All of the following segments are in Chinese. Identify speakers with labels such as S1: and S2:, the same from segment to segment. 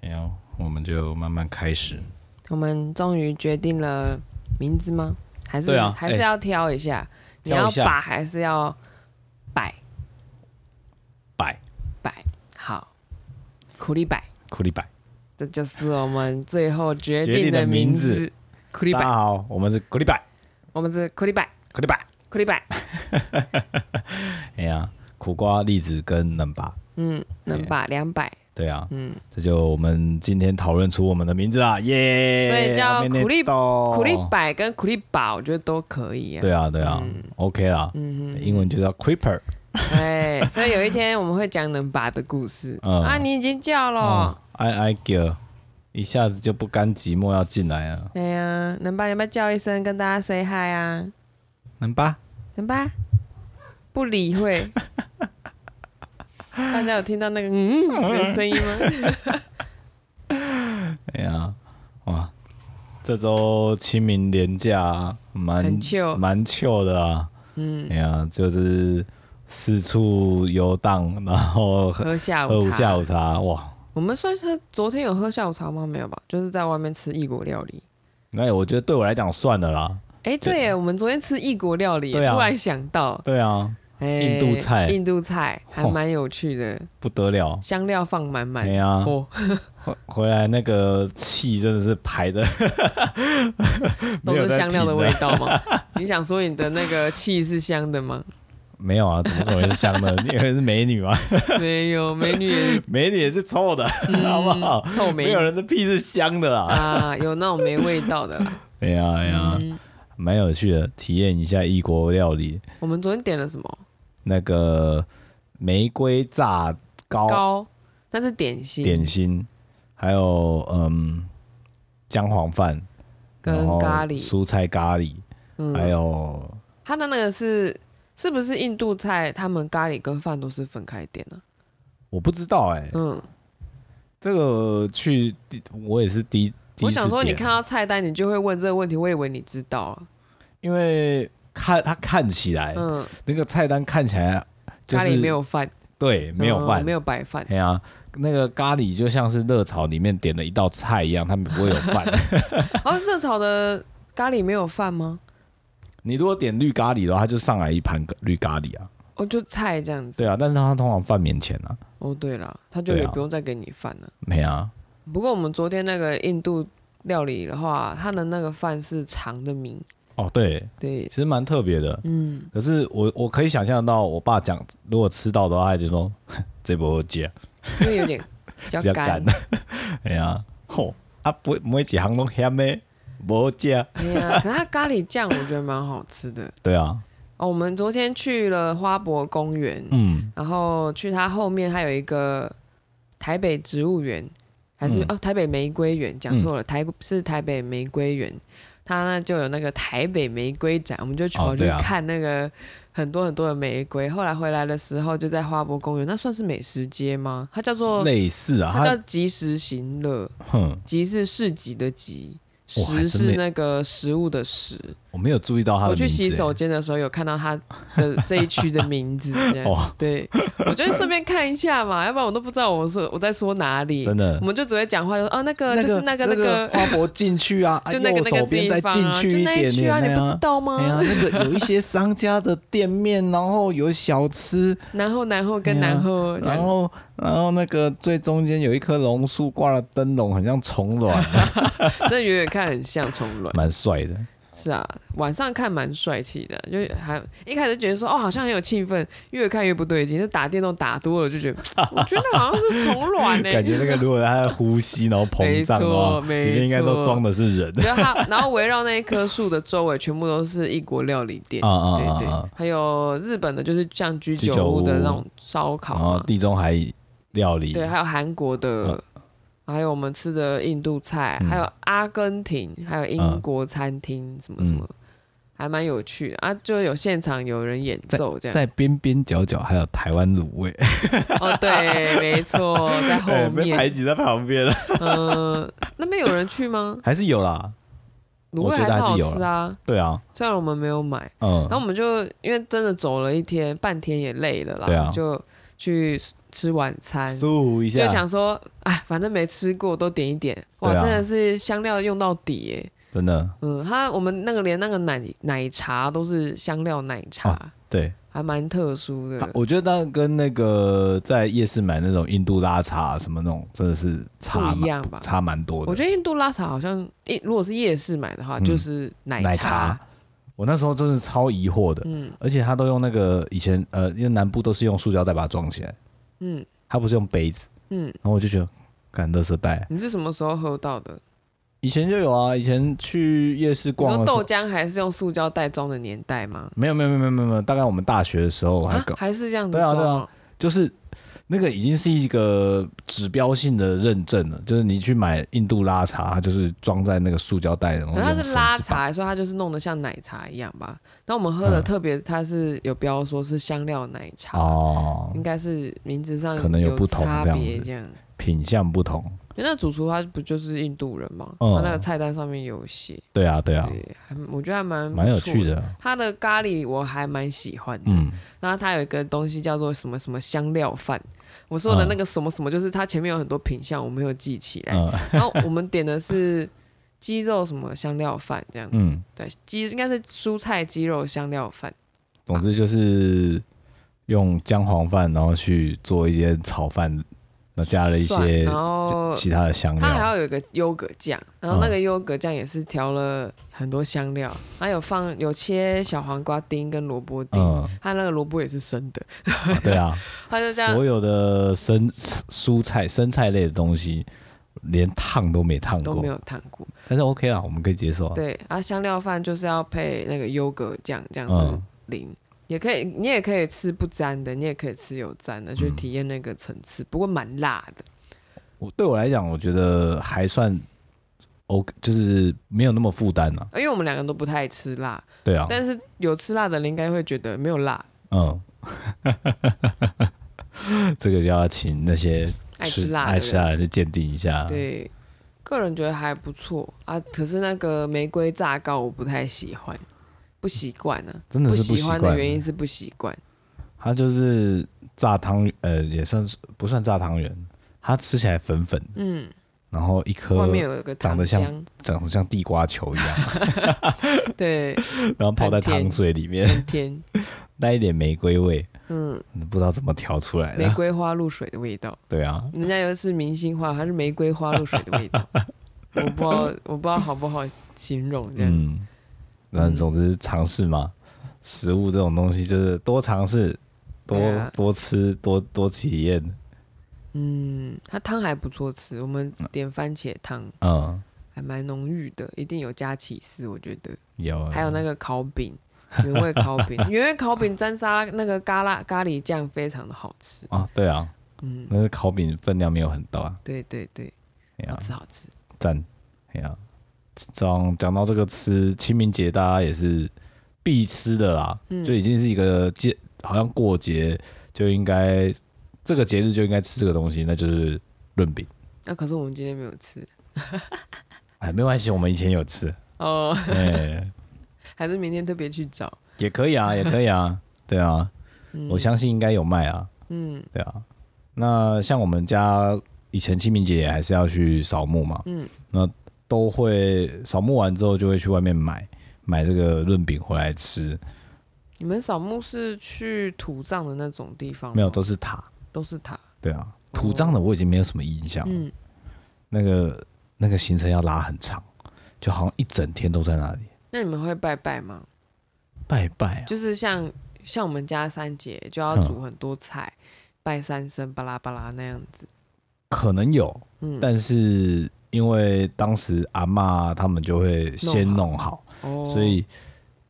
S1: 哎
S2: 我们就慢慢开始。
S3: 我们终于决定了名字吗？还是、
S1: 对啊
S3: 还是
S1: 哎
S3: 要挑一下？你
S1: 挑
S3: 要
S1: 一下
S3: 把还是要摆
S1: 摆
S3: 摆？好，苦力摆，
S1: 苦力摆。
S3: 这就是我们最后决
S1: 决定的
S3: 的
S1: 名字
S3: 字。苦力
S1: 大家
S3: 摆，
S1: 好，我们是苦力摆，
S3: 我们是苦力摆，
S1: 苦力摆。
S3: 苦力摆。
S1: 哎呀，苦瓜、栗子跟冷拔。
S3: 嗯，
S1: 哎
S3: 能把两百，
S1: 对啊，
S3: 嗯，
S1: 这就我们今天讨论出我们的名字啦，耶！
S3: 所以叫
S1: 哎阿妹
S3: 苦力
S1: 内斗
S3: 苦力。摆跟苦力宝，我觉得都可以啊
S1: 对。啊，对啊、o k 啦，
S3: 嗯
S1: 英文就叫 creeper，
S3: 哎，所以有一天我们会讲能把的故事
S1: 嗯
S3: 啊，你已经叫
S1: 哦
S3: 了。
S1: ，I I girl，一下子就不甘寂寞要进来了，
S3: 哎呀，能把你们叫一声，跟大家 say hi 啊。
S1: 能吧？
S3: 能吧？不理会。 大家有听到那个嗯的声音 吗？
S1: 哎呀，哇，这周清明连假蛮
S3: 很 chill
S1: 蛮 chill 的啊，
S3: 嗯，
S1: 哎呀，就是四处游荡，然后喝
S3: 喝下
S1: 喝
S3: 午
S1: 午
S3: 茶。
S1: 下午茶，哇，
S3: 我们算是昨天有喝下午茶吗？没有吧，就是在外面吃异国料理。
S1: 那我觉得对我来讲算了啦，
S3: 哎、对耶，我们昨天吃异国料理耶，
S1: 对啊
S3: 突然想到，
S1: 对啊，
S3: 哎
S1: 印度菜哦
S3: 印度菜还
S1: 吼
S3: 蛮有趣的，
S1: 不得了，
S3: 香料放满满
S1: 哎。呀，
S3: 哦，
S1: 回回来那个气真的是排的，
S3: 都
S1: 没有
S3: 是
S1: 在
S3: 香料的
S1: 停
S3: 味道吗？ 你想说你的那个气是香 的吗？
S1: 没有啊，怎么可能是香的？ 因为是美女嘛，
S3: 没有，美女也
S1: 美女也是臭的， 好不好？
S3: 臭嗯美
S1: 没
S3: 女
S1: 有人的屁是香的啦。
S3: 啊，有那种没味道的啦。
S1: 哎呀哎呀，
S3: 嗯
S1: 蛮有趣的，体验一下异国料理，
S3: 我们昨天点了什么？
S1: 那个玫瑰炸糕
S3: 糕，那是点心，
S1: 哦点心，还有嗯姜黄饭，
S3: 跟
S1: 然后
S3: 咖喱
S1: 蔬菜咖喱，
S3: 嗯
S1: 还有
S3: 它的那个是是不是印度菜？他们咖喱跟饭都是分开点的、
S1: 我不知道哎、
S3: 嗯，
S1: 这个去我也是第一第一
S3: 我
S1: 次
S3: 想说，你
S1: 点
S3: 看到菜单，你就会问这个问题，我以为你知道啊。
S1: 因为看它看起来、
S3: 嗯，
S1: 那个菜单看起来哎就是
S3: 咖喱没有饭，
S1: 对没有
S3: 嗯
S1: 饭，
S3: 没有白饭。
S1: 哎呀、那个咖喱就像是热炒里面点的一道菜一样，他们不会有饭。
S3: 哦，热炒的咖喱没有饭吗？
S1: 你如果点绿咖喱的话，他就上来一盘绿咖喱啊，
S3: 哦，就菜这样子。
S1: 对啊，但是他通常饭免钱啊，
S3: 哦，对了，他就
S1: 对啊
S3: 也不用再给你饭了。
S1: 没啊，
S3: 不过我们昨天那个印度料理的话，它的那个饭是长的米，
S1: 哦对，
S3: 对
S1: 其，实蛮特别的，嗯，可是我我可以想象到，我爸讲如果吃到的话，他就说 这不好吃，啊
S3: 因为有点 比较
S1: 比较
S3: 干
S1: 干。，
S3: 嗯
S1: 哎呀，吼啊不每一行都咸的，无吃，啊
S3: 哎 呀，可是它咖喱酱我觉得蛮好吃的。
S1: 对啊，
S3: 哦，我们昨天去了花博公园，
S1: 嗯，
S3: 然后去它后面还有一个台北植物园，还
S1: 嗯
S3: 是、哦台北玫瑰园，讲错了，台是台北玫瑰园。它呢就有那个台北玫瑰展，我们就跑
S1: 哦
S3: 去
S1: 对啊
S3: 看那个很多很多的玫瑰。后来回来的时候就在花博公园，那算是美食街吗？它叫做
S1: 类似啊，
S3: 它叫
S1: 他
S3: 及时行乐，
S1: 哼，
S3: 集是市集的集，
S1: 哇还
S3: 食
S1: 真没
S3: 是那个食物的食。
S1: 我没有注意到他的
S3: 我去
S1: 名字
S3: 洗
S1: 欸
S3: 手间的时候有看到他 的这一区的名字，这样、
S1: 哇
S3: 对，我就会顺便看一下嘛，要不然我都不知道我是我在说哪里。
S1: 真的
S3: 我们就只会讲话，就说哦那个
S1: 那
S3: 就是
S1: 个
S3: 那个
S1: 那
S3: 那个，
S1: 花博进去啊，啊
S3: 就那个
S1: 右
S3: 那
S1: 手
S3: 个
S1: 边
S3: 地
S1: 再
S3: 方
S1: 进
S3: 啊，就
S1: 去
S3: 那一
S1: 点
S3: 区啊，
S1: 点
S3: 你不知
S1: 啊。
S3: 道
S1: 哎呀
S3: 吗？，
S1: 那个有一些商家的店面，然后有小吃，
S3: 然后然后
S1: 哎
S3: 跟
S1: 呀
S3: 然后这样，
S1: 然后然后那个最中间有一棵榕树挂了灯笼，很像虫卵，啊
S3: 真的有点看很像虫卵。
S1: 蛮帅 的。
S3: 是啊，晚上看蛮帅气的，就还一开始觉得说哦，好像很有气氛，越看越不对劲。就打电动打多了，就觉 得我觉得好像是虫卵呢、
S1: 感觉那个如果他在呼吸，然后膨胀的话，
S3: 没错
S1: 里面应该
S3: 没
S1: 都
S3: 错
S1: 装的是人。
S3: 只要它，然后围绕那一棵树的周围，全部都是异国料理店。
S1: 啊啊
S3: 对
S1: 啊
S3: 对
S1: 啊！啊，
S3: 还有日本的，就是像居
S1: 居酒屋
S3: 酒
S1: 哦
S3: 屋的那种烧烤
S1: 然后
S3: 嘛，
S1: 地中海料理，
S3: 对，还啊有韩国
S1: 嗯
S3: 的，还有我们吃的印度菜，还有阿根廷，还有英
S1: 嗯
S3: 国餐厅什么什么，还蛮有趣的啊！就有现场有人演奏这样，
S1: 在边边角角还有台湾卤味，
S3: 哦，对，没错，在后
S1: 哎被排
S3: 面，
S1: 挤在旁边了，
S3: 嗯，那边有人去吗？
S1: 还是有啦。
S3: 卤
S1: 我
S3: 味
S1: 觉
S3: 还
S1: 得
S3: 是
S1: 还是
S3: 好
S1: 有
S3: 吃啊，
S1: 对啊，
S3: 虽然我们没有买。
S1: 嗯
S3: 然后，我们就因为真的走了一天，半天也累了啦，
S1: 对啊
S3: 就去吃晚餐，
S1: 舒一下，
S3: 就想说，哎，反正没吃过，都点一点。哇，
S1: 对啊
S3: 真的是香料用到底耶！
S1: 真的
S3: 嗯，他我们那个连那个奶奶茶都是香料奶茶，
S1: 啊对。
S3: 还蛮特殊的。
S1: 我觉得当然跟那个在夜市买那种印度拉茶什么那种，真的是差
S3: 不一
S1: 蛮
S3: 样吧
S1: 差蛮多的。
S3: 我觉得印度拉茶好像，一如果是夜市买的话，
S1: 嗯
S3: 就是奶
S1: 奶茶我那时候真的超疑惑的，
S3: 嗯
S1: 而且他都用那个以前呃，因为南部都是用塑胶袋把它装起来，
S3: 嗯
S1: 他不是用杯子，
S3: 嗯，
S1: 然后我就觉得，干垃圾袋，
S3: 你是什么时候喝到的？
S1: 以前就有啊，以前去夜市
S3: 你
S1: 逛
S3: 说
S1: 的时
S3: 豆
S1: 候，
S3: 浆还是用塑胶袋装的年代吗？
S1: 没有没有没有没有没有没有，大概我们大学的时候还
S3: 啊
S1: 搞，，
S3: 还是这样子
S1: 对啊
S3: 装
S1: 对啊
S3: 哦
S1: 就是那个已经是一个指标性的认证了，就是你去买印度拉茶，它就是装在那个塑胶袋，然后
S3: 可是它
S1: 哦用
S3: 是
S1: 绳
S3: 拉
S1: 子绑，
S3: 茶，所以它就是弄得像奶茶一样吧。那我们喝的特别，它是有标说是香料奶茶，
S1: 哦，
S3: 应该是名字上
S1: 可能有
S3: 有
S1: 不同
S3: 差
S1: 这样
S3: 别
S1: 子
S3: 这样。
S1: 品相不同，
S3: 因为那主厨他不就是印度人吗？
S1: 嗯
S3: 他那个菜单上面有写，
S1: 对啊对啊，
S3: 对，还我觉得还蛮
S1: 蛮有
S3: 不错
S1: 趣
S3: 的。
S1: 的，
S3: 他的咖喱我还蛮喜欢的，
S1: 嗯，
S3: 然后他有一个东西叫做什么什么香料饭。我说的那个什么什么，就是它前面有很多品相，我没有记起来。
S1: 嗯嗯
S3: 然后我们点的是鸡肉什么香料饭这样子，
S1: 嗯，
S3: 对，鸡应该是蔬菜鸡肉香料饭，
S1: 总之就是用姜黄饭，然后去做一些炒饭，然后加了一
S3: 蒜
S1: 些
S3: 然后
S1: 其他的香
S3: 它还
S1: 料，
S3: 要
S1: 啊
S3: 有一个优格酱，然后那
S1: 嗯
S3: 个优格酱也是调了很多香料，还有放有切小黄瓜丁跟萝卜丁，
S1: 嗯，
S3: 它那个萝卜也是生的，
S1: 对 啊，
S3: 它就这样
S1: 所有的生蔬菜、生菜类的东西，连烫都没烫
S3: 都
S1: 过
S3: 没，有烫过。
S1: 但是 OK 啦，我们可以接受啊。
S3: 对，啊，香料饭就是要配那个优格酱这样子
S1: 嗯
S3: 淋。也可以，你也可以吃不沾的，你也可以吃有沾的，去
S1: 嗯
S3: 体验那个层次。不过蛮辣的，
S1: 我对我来讲，我觉得还算 OK，就是没有那么负担啊。
S3: 因为我们两个都不太爱吃辣，
S1: 对啊，
S3: 但是有吃辣的人应该会觉得没有辣，
S1: 嗯， 这个就要请那些
S3: 爱吃辣的人
S1: 爱吃辣的人去鉴定一下。，
S3: 对，个人觉得还不错啊。可是那个玫瑰炸糕我不太喜欢，不习惯啊。
S1: 真的是不
S3: 喜
S1: 习
S3: 欢
S1: 惯
S3: 的原因是不习惯，
S1: 它就是炸汤圆，呃，也算是不算炸汤圆，它吃起来粉粉，
S3: 嗯，
S1: 然后一颗
S3: 外面有一个
S1: 呃长
S3: 糖
S1: 得像
S3: 浆，
S1: 长得像地瓜球一样，
S3: 对，
S1: 然后泡在
S3: 很甜
S1: 糖水里面，
S3: 很甜，
S1: 带一点玫瑰味，
S3: 嗯，
S1: 嗯不知道怎么调出来
S3: 玫
S1: 的。
S3: 瑰花露水的味道，
S1: 对啊，
S3: 人家又是明星花，它是玫瑰花露水的味 道，我不知道，我不知道好不好形容这样，
S1: 嗯，那总之尝试嘛，食物这种东西就是多尝试，多、
S3: 对啊
S1: 多吃，多多体验。
S3: 嗯，它汤还不错吃，我们点番茄汤
S1: 嗯，
S3: 还蛮浓郁的，一定有加起司，我觉得。
S1: 有
S3: 还有那个烤饼，原味烤 饼，原味烤饼沾沙拉那个咖喱咖喱酱非常的好吃。
S1: 啊，对啊，
S3: 嗯，
S1: 那是烤饼分量没有很大、啊，
S3: 对对对，
S1: 哎呀、
S3: 好吃好吃。
S1: 赞，哎呀、讲讲到这个吃，清明节大家也是必吃的啦，就已经是一个节，好像过节就应该这个节日就应该吃这个东西，那就是润饼。
S3: 那、啊可是我们今天没有吃
S1: 哎，没关系，我们以前有吃，
S3: 哦，
S1: 哎，
S3: 还是明天特别去找。
S1: 也可以啊，也可以啊，对啊，
S3: 嗯
S1: 我相信应该有卖啊，
S3: 嗯
S1: 对啊。那像我们家以前清明节也还是要去扫墓嘛，
S3: 嗯
S1: 那都会扫墓完之后就会去外面买买这个润饼回来吃，
S3: 你们扫墓是去土葬的那种地方吗？
S1: 没有都是塔，
S3: 都是塔。
S1: 对啊，土葬的我已经没有什么印象了，
S3: 哦嗯，
S1: 那个那个行程要拉很长，就好像一整天都在那里
S3: 那你们会拜拜吗？
S1: 拜拜啊，
S3: 就是像像我们家三姐就要煮很多菜，拜三声巴拉巴拉那样子。
S1: 可能有，
S3: 嗯，
S1: 但是因为当时阿嬷他们就会先弄好，
S3: 哦
S1: 所以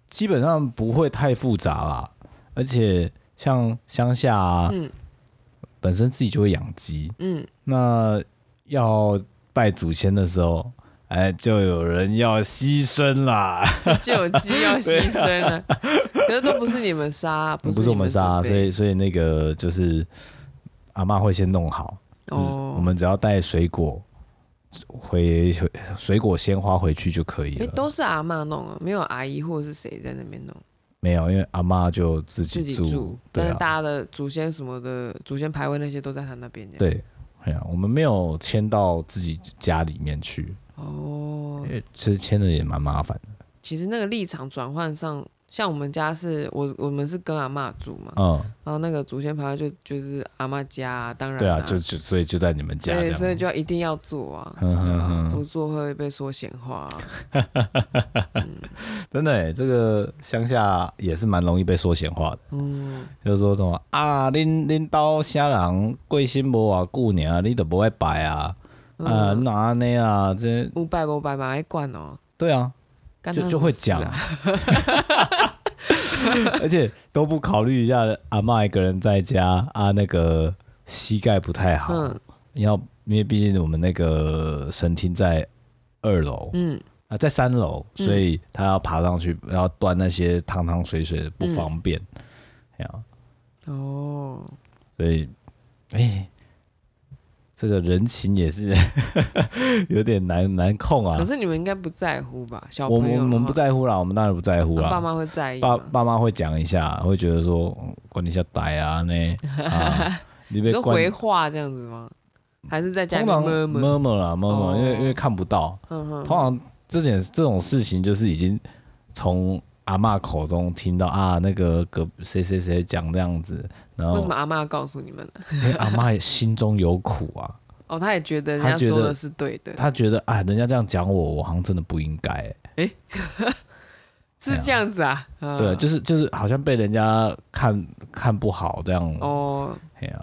S1: 基本上不会太复杂啦。而且像乡下、啊
S3: 嗯
S1: 本身自己就会养鸡，
S3: 嗯，
S1: 那要拜祖先的时候，哎，就有人要牺牲啦，
S3: 就有鸡要牺牲了，可是都不是你们杀，
S1: 不
S3: 是
S1: 是我
S3: 你
S1: 们杀、啊
S3: 准
S1: 所
S3: 备
S1: 以所以那个就是阿嬷会先弄好，
S3: 哦，
S1: 嗯我们只要带水果回回水果鲜花回去就可以
S3: 诶
S1: 了。
S3: 都是阿嬷弄啊，没有阿姨或者是谁在那边弄，
S1: 没有，因为阿妈就自
S3: 自己
S1: 住，
S3: 住，
S1: 对
S3: 但是
S1: 啊，
S3: 大家的祖先什么的，祖先牌位那些都在他那边。，
S1: 对，哎呀、我们没有迁到自己家里面去，
S3: 哦
S1: 因，为其实迁的也蛮麻烦的，
S3: 其实那个立场转换上，像我们家是我我们是跟阿嬷住嘛，
S1: 嗯，
S3: 然后那个祖先牌位就就是阿嬷家、啊，当然、
S1: 对啊，就就所以就在你们家这
S3: 对，
S1: 样，
S3: 所以就要一定要做啊，
S1: 嗯
S3: 对啊
S1: 嗯嗯
S3: 不做会被说闲话、啊。
S1: 真的、欸，这个乡下也是蛮容易被说闲话的。
S3: 嗯，
S1: 就是说什么啊，恁恁兜啥人过身无偌久尔，你都无爱拜啊，啊
S3: 嗯
S1: 哪安尼啊，这
S3: 五百五百嘛，还管哦，
S1: 对啊，
S3: 干他
S1: 就
S3: 什
S1: 就
S3: 么
S1: 会
S3: 事
S1: 讲
S3: 啊
S1: 啊， 而且都不考虑一下阿嬷一个人在家啊，那个膝盖不太好，
S3: 嗯
S1: 要因为毕竟我们那个神厅在二楼，
S3: 嗯，
S1: 啊，在三楼，所以他要爬上去，然后端那些汤汤水水的不
S3: 嗯
S1: 方便，哎呀、
S3: 哦，
S1: 所以，哎、这个人情也是 有点难难控啊
S3: 可。是你们应该不在乎吧？小
S1: 我
S3: 朋友
S1: 们我
S3: 的
S1: 们
S3: 话
S1: 不在乎啦，我们当然不在乎
S3: 啊
S1: 啦。
S3: 爸妈会在意
S1: 爸
S3: 吗
S1: 爸妈会讲一下，会觉得说嗯管你下呆啊 呢，啊你
S3: 你
S1: 被
S3: 说
S1: 关
S3: 回话这样子吗？还是在家里
S1: 通常
S3: 闷闷？
S1: murmur 啦 murmur，、
S3: 哦
S1: 因为因为看不到，
S3: 嗯哼，
S1: 通常这件这种事情就是已经从阿嬷口中听到啊那个隔谁谁谁讲这样子，然后
S3: 为什 么阿妈告诉你们呢？
S1: 因为阿嬷也心中有苦 啊，
S3: 哦，他也觉得人家
S1: 他觉得
S3: 说的是对的，
S1: 她觉得啊人家这样讲我，我好像真的不应该、哎
S3: 是这样子啊？嗯
S1: 对，就是就是好像被人家看看不好这样，
S3: 哦，
S1: 哎呀、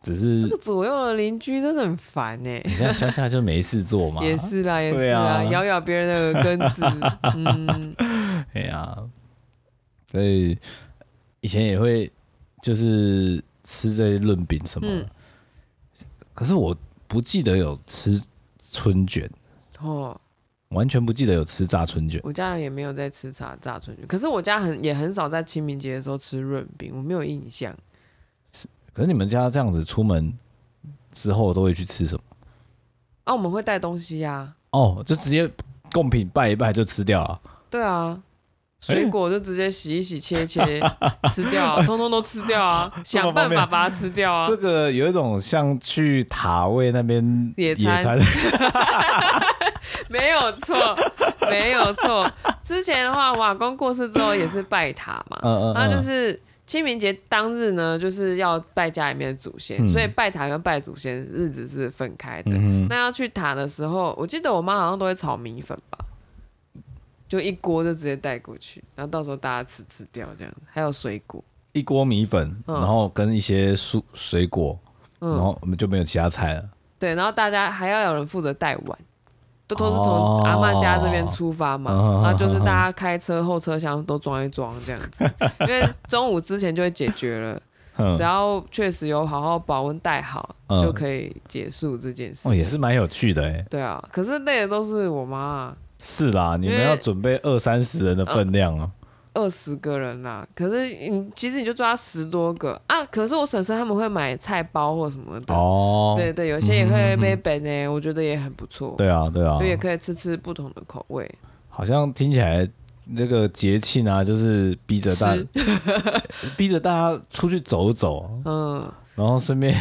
S1: 只是
S3: 这个左右的邻居真的很烦哎。
S1: 你像乡下就没事做嘛，
S3: 也是啦，也是
S1: 对
S3: 啦，
S1: 啊
S3: 咬咬别人的耳根子， 嗯，
S1: 哎呀、所以以前也会就是吃这些润饼什么的，
S3: 嗯
S1: 可是我不记得有吃春卷，
S3: 哦，
S1: 完全不记得有吃炸春卷。
S3: 我家人也没有在吃炸炸春卷，可是我家很也很少在清明节的时候吃润饼，我没有印象。
S1: 可是你们家这样子出门之后都会去吃什么？
S3: 啊，我们会带东西啊呀、
S1: 哦，就直接贡品拜一拜就吃掉啊！
S3: 啊，对啊，
S1: 哎
S3: 水果就直接洗一洗、切 一切，吃掉、啊，通通都吃掉啊，
S1: 这么
S3: 想办
S1: 方
S3: 法
S1: 便
S3: 把它吃掉啊
S1: 这。个有一种像去塔位那边
S3: 野餐
S1: 餐
S3: 没有错，没有错。之前的话，我阿公过世之后也是拜塔嘛，
S1: 嗯嗯嗯
S3: 然后就是清明节当日呢，就是要拜家里面的祖先，
S1: 嗯
S3: 所以拜塔跟拜祖先日子是分开的。
S1: 嗯哼
S3: 那要去塔的时候，我记得我妈好像都会炒米粉吧，就一锅就直接带过去，然后到时候大家吃吃掉这样，还有水果。
S1: 一锅米粉，
S3: 嗯
S1: 然后跟一些蔬水果，然
S3: 嗯，
S1: 后我们就没有其他菜了。
S3: 对，然后大家还要有人负责带碗，都都是从
S1: 哦
S3: 阿嬷家这边出发嘛，
S1: 嗯
S3: 然后就是大家开车后车厢都装一装这样子，因为中午之前就会解决了，
S1: 嗯
S3: 只要确实有好好保温带好，
S1: 嗯
S3: 就可以结束这件事
S1: 哦，也
S3: 情。
S1: 是蛮有趣的哎。
S3: 对啊，可是累的都是我妈、啊，
S1: 是啦，你
S3: 因为嗯
S1: 们要准备二三十人的分量啊。
S3: 二十个人啦，可是你其实你就抓十多个啊。可是我婶婶他们会买菜包或什么的，
S1: 哦，
S3: 对对，有些也会被本呢，我觉得也很不错，
S1: 嗯对啊，对啊
S3: 就，也可以吃吃不同的口味。
S1: 好像听起来这个节庆啊，就是逼着大
S3: 吃
S1: 逼着大家出去走走，
S3: 嗯，
S1: 然后顺便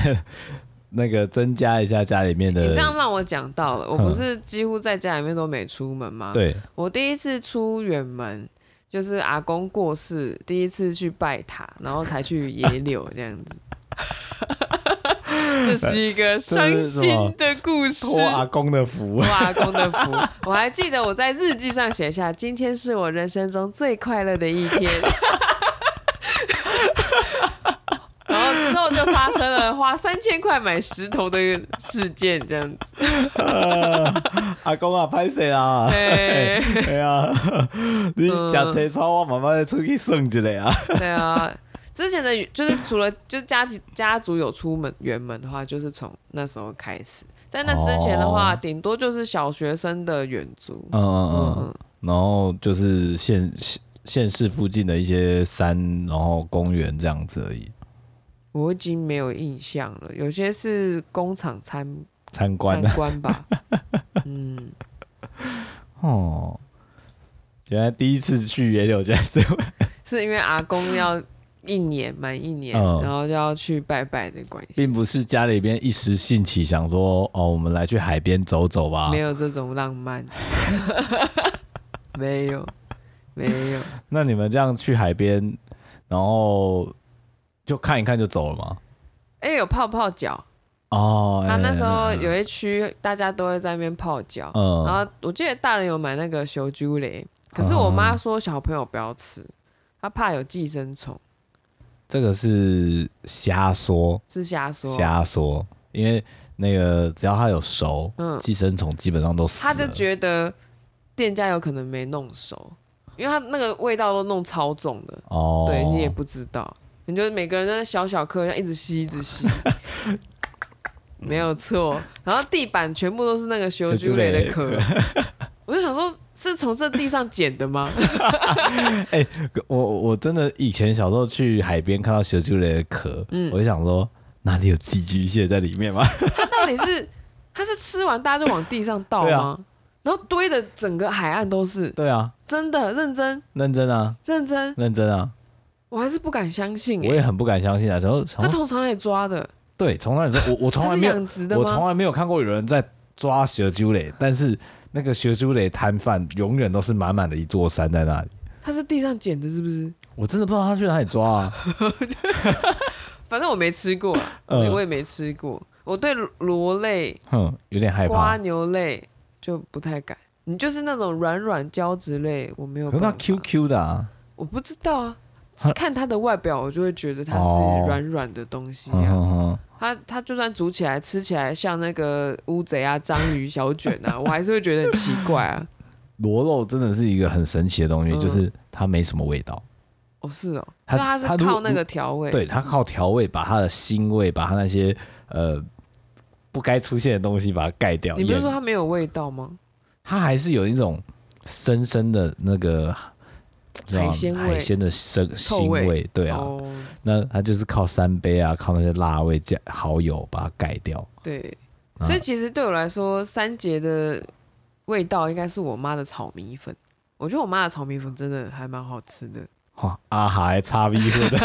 S1: 那个增加一下家里面
S3: 你
S1: 的
S3: 这样让我讲到了，我
S1: 嗯
S3: 不是几乎在家里面都没出门吗？，
S1: 对，
S3: 我第一次出远门就是阿公过世，第一次去拜塔，然后才去野柳这样 子。这是一个伤心的故事，
S1: 托阿公的福
S3: 我。阿公的福。我还记得我在日记上写下：“今天是我人生中最快乐的一 天。”然后之后就发生了花三千块买石头的事件，这样子。
S1: 阿公啊，拍谁啊？
S3: 对
S1: 对啊， 你
S3: 嗯
S1: 假车超，我慢慢再出去算一下啊。
S3: 对啊，之前的就是除了就家庭家族有出门远门的话，就是从那时候开始。在那之前的话，
S1: 哦
S3: 顶、多就是小学生的远足。
S1: 嗯嗯嗯
S3: 嗯。，
S1: 然后就是县县县市附近的一些山，然后公园这样子而已，
S3: 我已经没有印象了。有些是工厂参
S1: 参观
S3: 参观吧。 嗯，
S1: 哦。原来第一次去野柳，现在最后
S3: 是因为阿公要一年满一年，
S1: 嗯
S3: 然后就要去拜拜的关 系
S1: 并，不是家里边一时兴起想说哦，我们来去海边走走吧
S3: 没。有这种 浪漫，没有，没有，
S1: 那你们这样去海边，然后就看一看就走了吗？
S3: 哎、有泡泡脚，
S1: 哦，
S3: 他那时候
S1: 哎
S3: 有一区大家都会在那边泡脚，
S1: 嗯
S3: 然后我记得大人有买那个修猪雷，可是我妈说小朋友不要吃，她怕有寄生虫，
S1: 这个是瞎说，
S3: 是瞎说，
S1: 瞎说，因为那个只要它有熟，
S3: 嗯
S1: 寄生虫基本上都死
S3: 她
S1: 了。
S3: 就觉得店家有可能没弄熟，因为她那个味道都弄超重的，
S1: 哦，
S3: 对你也不知道，你就每个人在小小颗，这样一直吸一 直吸。没有错，然后地板全部都是那个修猪雷的壳， 我就想说，是从这地上捡的吗？
S1: 我我真的以前小时候去海边看到蛇蛛类的壳，
S3: 嗯
S1: 我就想说哪里有寄居蟹在里面吗？
S3: 到底是他是吃完大家就往地上倒
S1: 对
S3: 吗？
S1: 啊
S3: 然后堆的整个海岸都是，
S1: 对啊，
S3: 真的认真
S1: 认真啊，
S3: 认真，
S1: 认真啊，
S3: 我还是不敢相信
S1: 我
S3: 哎、
S1: 也很不敢相信啊。然后
S3: 他
S1: 从
S3: 从哪里抓的？
S1: 对从那里说，我我从
S3: 他
S1: 来
S3: 是
S1: 没有
S3: 养殖的
S1: 我从
S3: 吗？
S1: 来没有看过有人在抓蛇蛛类，但是那个蛇蛛类摊贩永远都是满满的一座山在那里。
S3: 他是地上捡的，是不是？
S1: 我真的不知道他去哪里抓啊！
S3: 反正我没吃过啊，
S1: 嗯
S3: 我也没吃过。我对螺类、
S1: 哼，有点害
S3: 瓜
S1: 怕。
S3: 牛类就不太敢。你就是那种软软胶质类，我没有
S1: 可是
S3: 办法。
S1: 它 QQ 的啊，
S3: 我不知道 啊
S1: 它，
S3: 看它的外表，我就会觉得它
S1: 哦
S3: 是软软的东西
S1: 嗯
S3: 啊。
S1: 哼哼，
S3: 它它就算煮起来吃起来像那个乌贼啊、章鱼小卷 啊，我还是会觉得很奇怪啊。
S1: 螺肉真的是一个很神奇的东西，
S3: 嗯
S1: 就是它没什么味道。
S3: 哦，是哦，
S1: 它
S3: 所以它是
S1: 它如果嗯
S3: 靠那个调味。
S1: 对，它靠调味把它的腥味，把它那些呃不该出现的东西把它盖掉。
S3: 你不是
S1: 掩
S3: 说它没有味道吗？
S1: 它还是有一种深深的那个叫
S3: 海鲜味
S1: 海鲜的生
S3: 臭
S1: 腥
S3: 味
S1: 味，对啊，
S3: 哦，
S1: 那它就是靠三杯啊，靠那些辣味加蚝油把它盖掉。
S3: 对，
S1: 啊
S3: 所以其实对我来说，三节的味道应该是我妈的炒米粉。我觉得我妈的炒米粉真的还蛮好吃的，
S1: 哇，阿海叉 V 喝 的，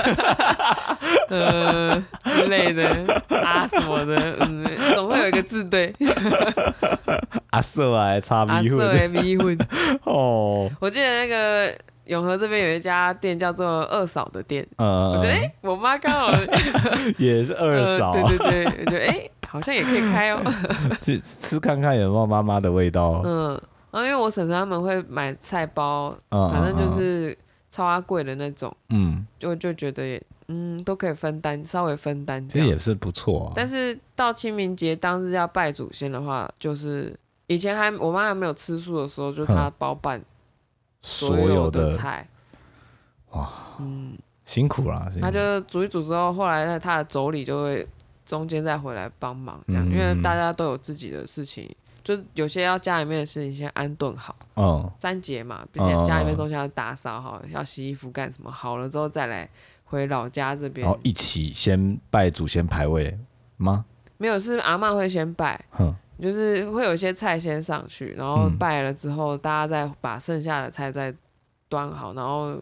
S3: 呃之类的 啊什么的，嗯，总会有一个字对，
S1: 阿瑟还叉
S3: 啊
S1: V
S3: 色
S1: 喝的
S3: 的 米粉。
S1: 哦，
S3: 我记得那个永和这边有一家店叫做二嫂的店，
S1: 呃，
S3: 我觉得哎、诶我妈刚好
S1: 也是 二
S3: 呃
S1: 嫂，
S3: 对对对，我觉得哎、诶好像也可以开 哦。
S1: 去吃看看有没有妈妈的味道。
S3: 嗯，然后因为我婶婶他们会买菜包，
S1: 嗯
S3: 反正就是超阿贵的那种，
S1: 嗯，
S3: 就就觉得也嗯都可以分担，稍微分担
S1: 其
S3: 这
S1: 实
S3: 样。
S1: 也是不错啊。
S3: 但是到清明节当日要拜祖先的话，就是以前还我妈还没有吃素的时候，就她包办
S1: 所
S3: 所有的
S1: 的
S3: 菜，
S1: 辛苦啦，辛苦
S3: 他就煮一煮之后，后来呢，他的妯娌就会中间再回来帮忙，这样，
S1: 嗯
S3: 因为大家都有自己的事情，就有些要家里面的事情先安顿好。
S1: 嗯
S3: 三节嘛，毕
S1: 嗯
S3: 竟家里面东西要打扫好，要洗衣服干什么，好了之后再来回老家这边
S1: 然。后一起先拜祖先牌位吗？
S3: 没有，是阿嬷会先拜，
S1: 哼，
S3: 就是会有一些菜先上去，然后
S1: 嗯
S3: 拜了之后，大家再把剩下的菜再端好，然后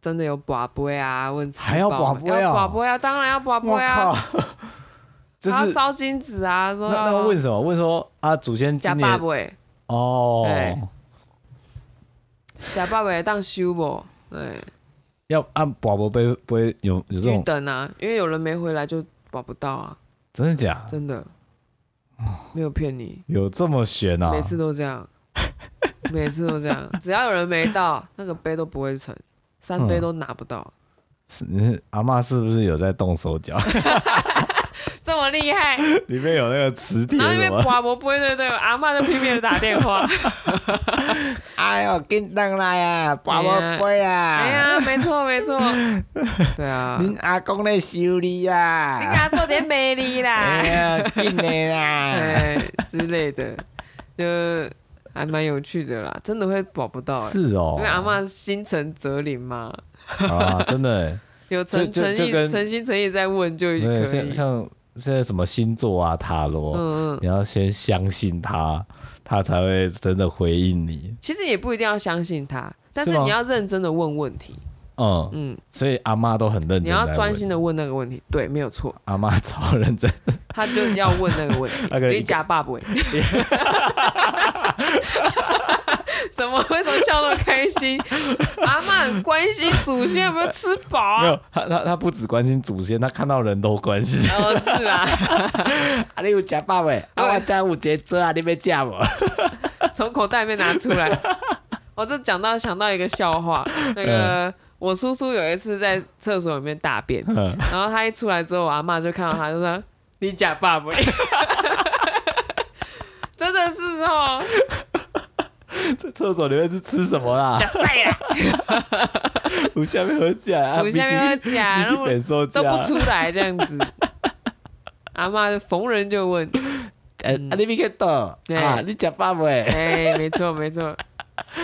S3: 真的有拔杯啊，问吃
S1: 还要拔
S3: 饱没
S1: 杯啊
S3: 要拔杯啊，当然要拔杯
S1: 我
S3: 啊
S1: 靠，，就
S3: 他
S1: 是
S3: 烧金纸啊，说
S1: 那那
S3: 要
S1: 问什么？问说啊，祖先
S3: 假
S1: 今
S3: 爸
S1: 年
S3: 爸欸诶，
S1: 哦
S3: 对，假爸爸当修不？对，
S1: 要按宝宝杯不会有有这
S3: 预
S1: 种
S3: 等啊，因为有人没回来就保不到啊，
S1: 真的假？
S3: 真的，没有骗你，
S1: 有这么悬啊
S3: 每？次都这样， 每次都这样，只要有人没到，那个杯都不会成，三杯
S1: 嗯
S3: 都拿不到，
S1: 是你阿妈是不是有在动手 脚？
S3: 这么厉 害，
S1: 里面有那个磁铁
S3: 然后
S1: 什
S3: 那边
S1: 么？
S3: 拔不杯，对对，阿嬷就拼命的打电 话，
S1: 哎呦，叮当来啊，宝宝杯
S3: 哎
S1: 啊！
S3: 呀，没错没错，对啊，
S1: 您阿公在修理
S3: 你
S1: 啊
S3: 给！他做点美丽啦
S1: 哎。呀，进来啦！
S3: 哎之类的，就还蛮有趣的啦，真的会保不到、欸，
S1: 是哦，
S3: 因为阿嬷心诚则灵嘛，
S1: 啊，真的，
S3: 有诚
S1: 就就
S3: 诚意
S1: 就跟
S3: 诚心诚意在问就可以，
S1: 对，像像现在什么星座啊、塔罗，
S3: 嗯嗯，
S1: 你要先相信他，他才会真的回应你。
S3: 其实也不一定要相信他，但是
S1: 是吗
S3: 你要认真的问问题，
S1: 嗯，
S3: 嗯，
S1: 所以阿妈都很认真。
S3: 你要专心，的问那个问题，对，没有错，
S1: 阿妈超认真。
S3: 他就要问那个问
S1: 他可能
S3: 题。
S1: 一
S3: 你假爸 不？怎么为什么笑那么开 心？阿妈很关心祖先有没有吃饱
S1: 没
S3: 啊？
S1: 有，他他他不只关心祖先，他看到人都关心。
S3: 哦，是啊，
S1: 啊，你有吃饱未？
S3: 啊我
S1: 家有节做啊，你没吃无？
S3: 从口袋里面拿出来。我这讲到想到一个笑话，那个我叔叔有一次在厕所里面大便，
S1: 嗯
S3: 然后他一出来之后，我阿妈就看到他，就说：“你假爸 爸。”真的是哦，
S1: 这厕所里面是吃什么啦
S3: 假？赛
S1: 啊
S3: 啦，
S1: 有下面喝假啊，
S3: 我下面要假，然
S1: 你
S3: 后
S1: 本受假
S3: 都不出来这样 子。阿妈就逢人就问，
S1: 哎啊，你没看到
S3: 嗯对
S1: 啊？你吃饱未？
S3: 哎、没错没错，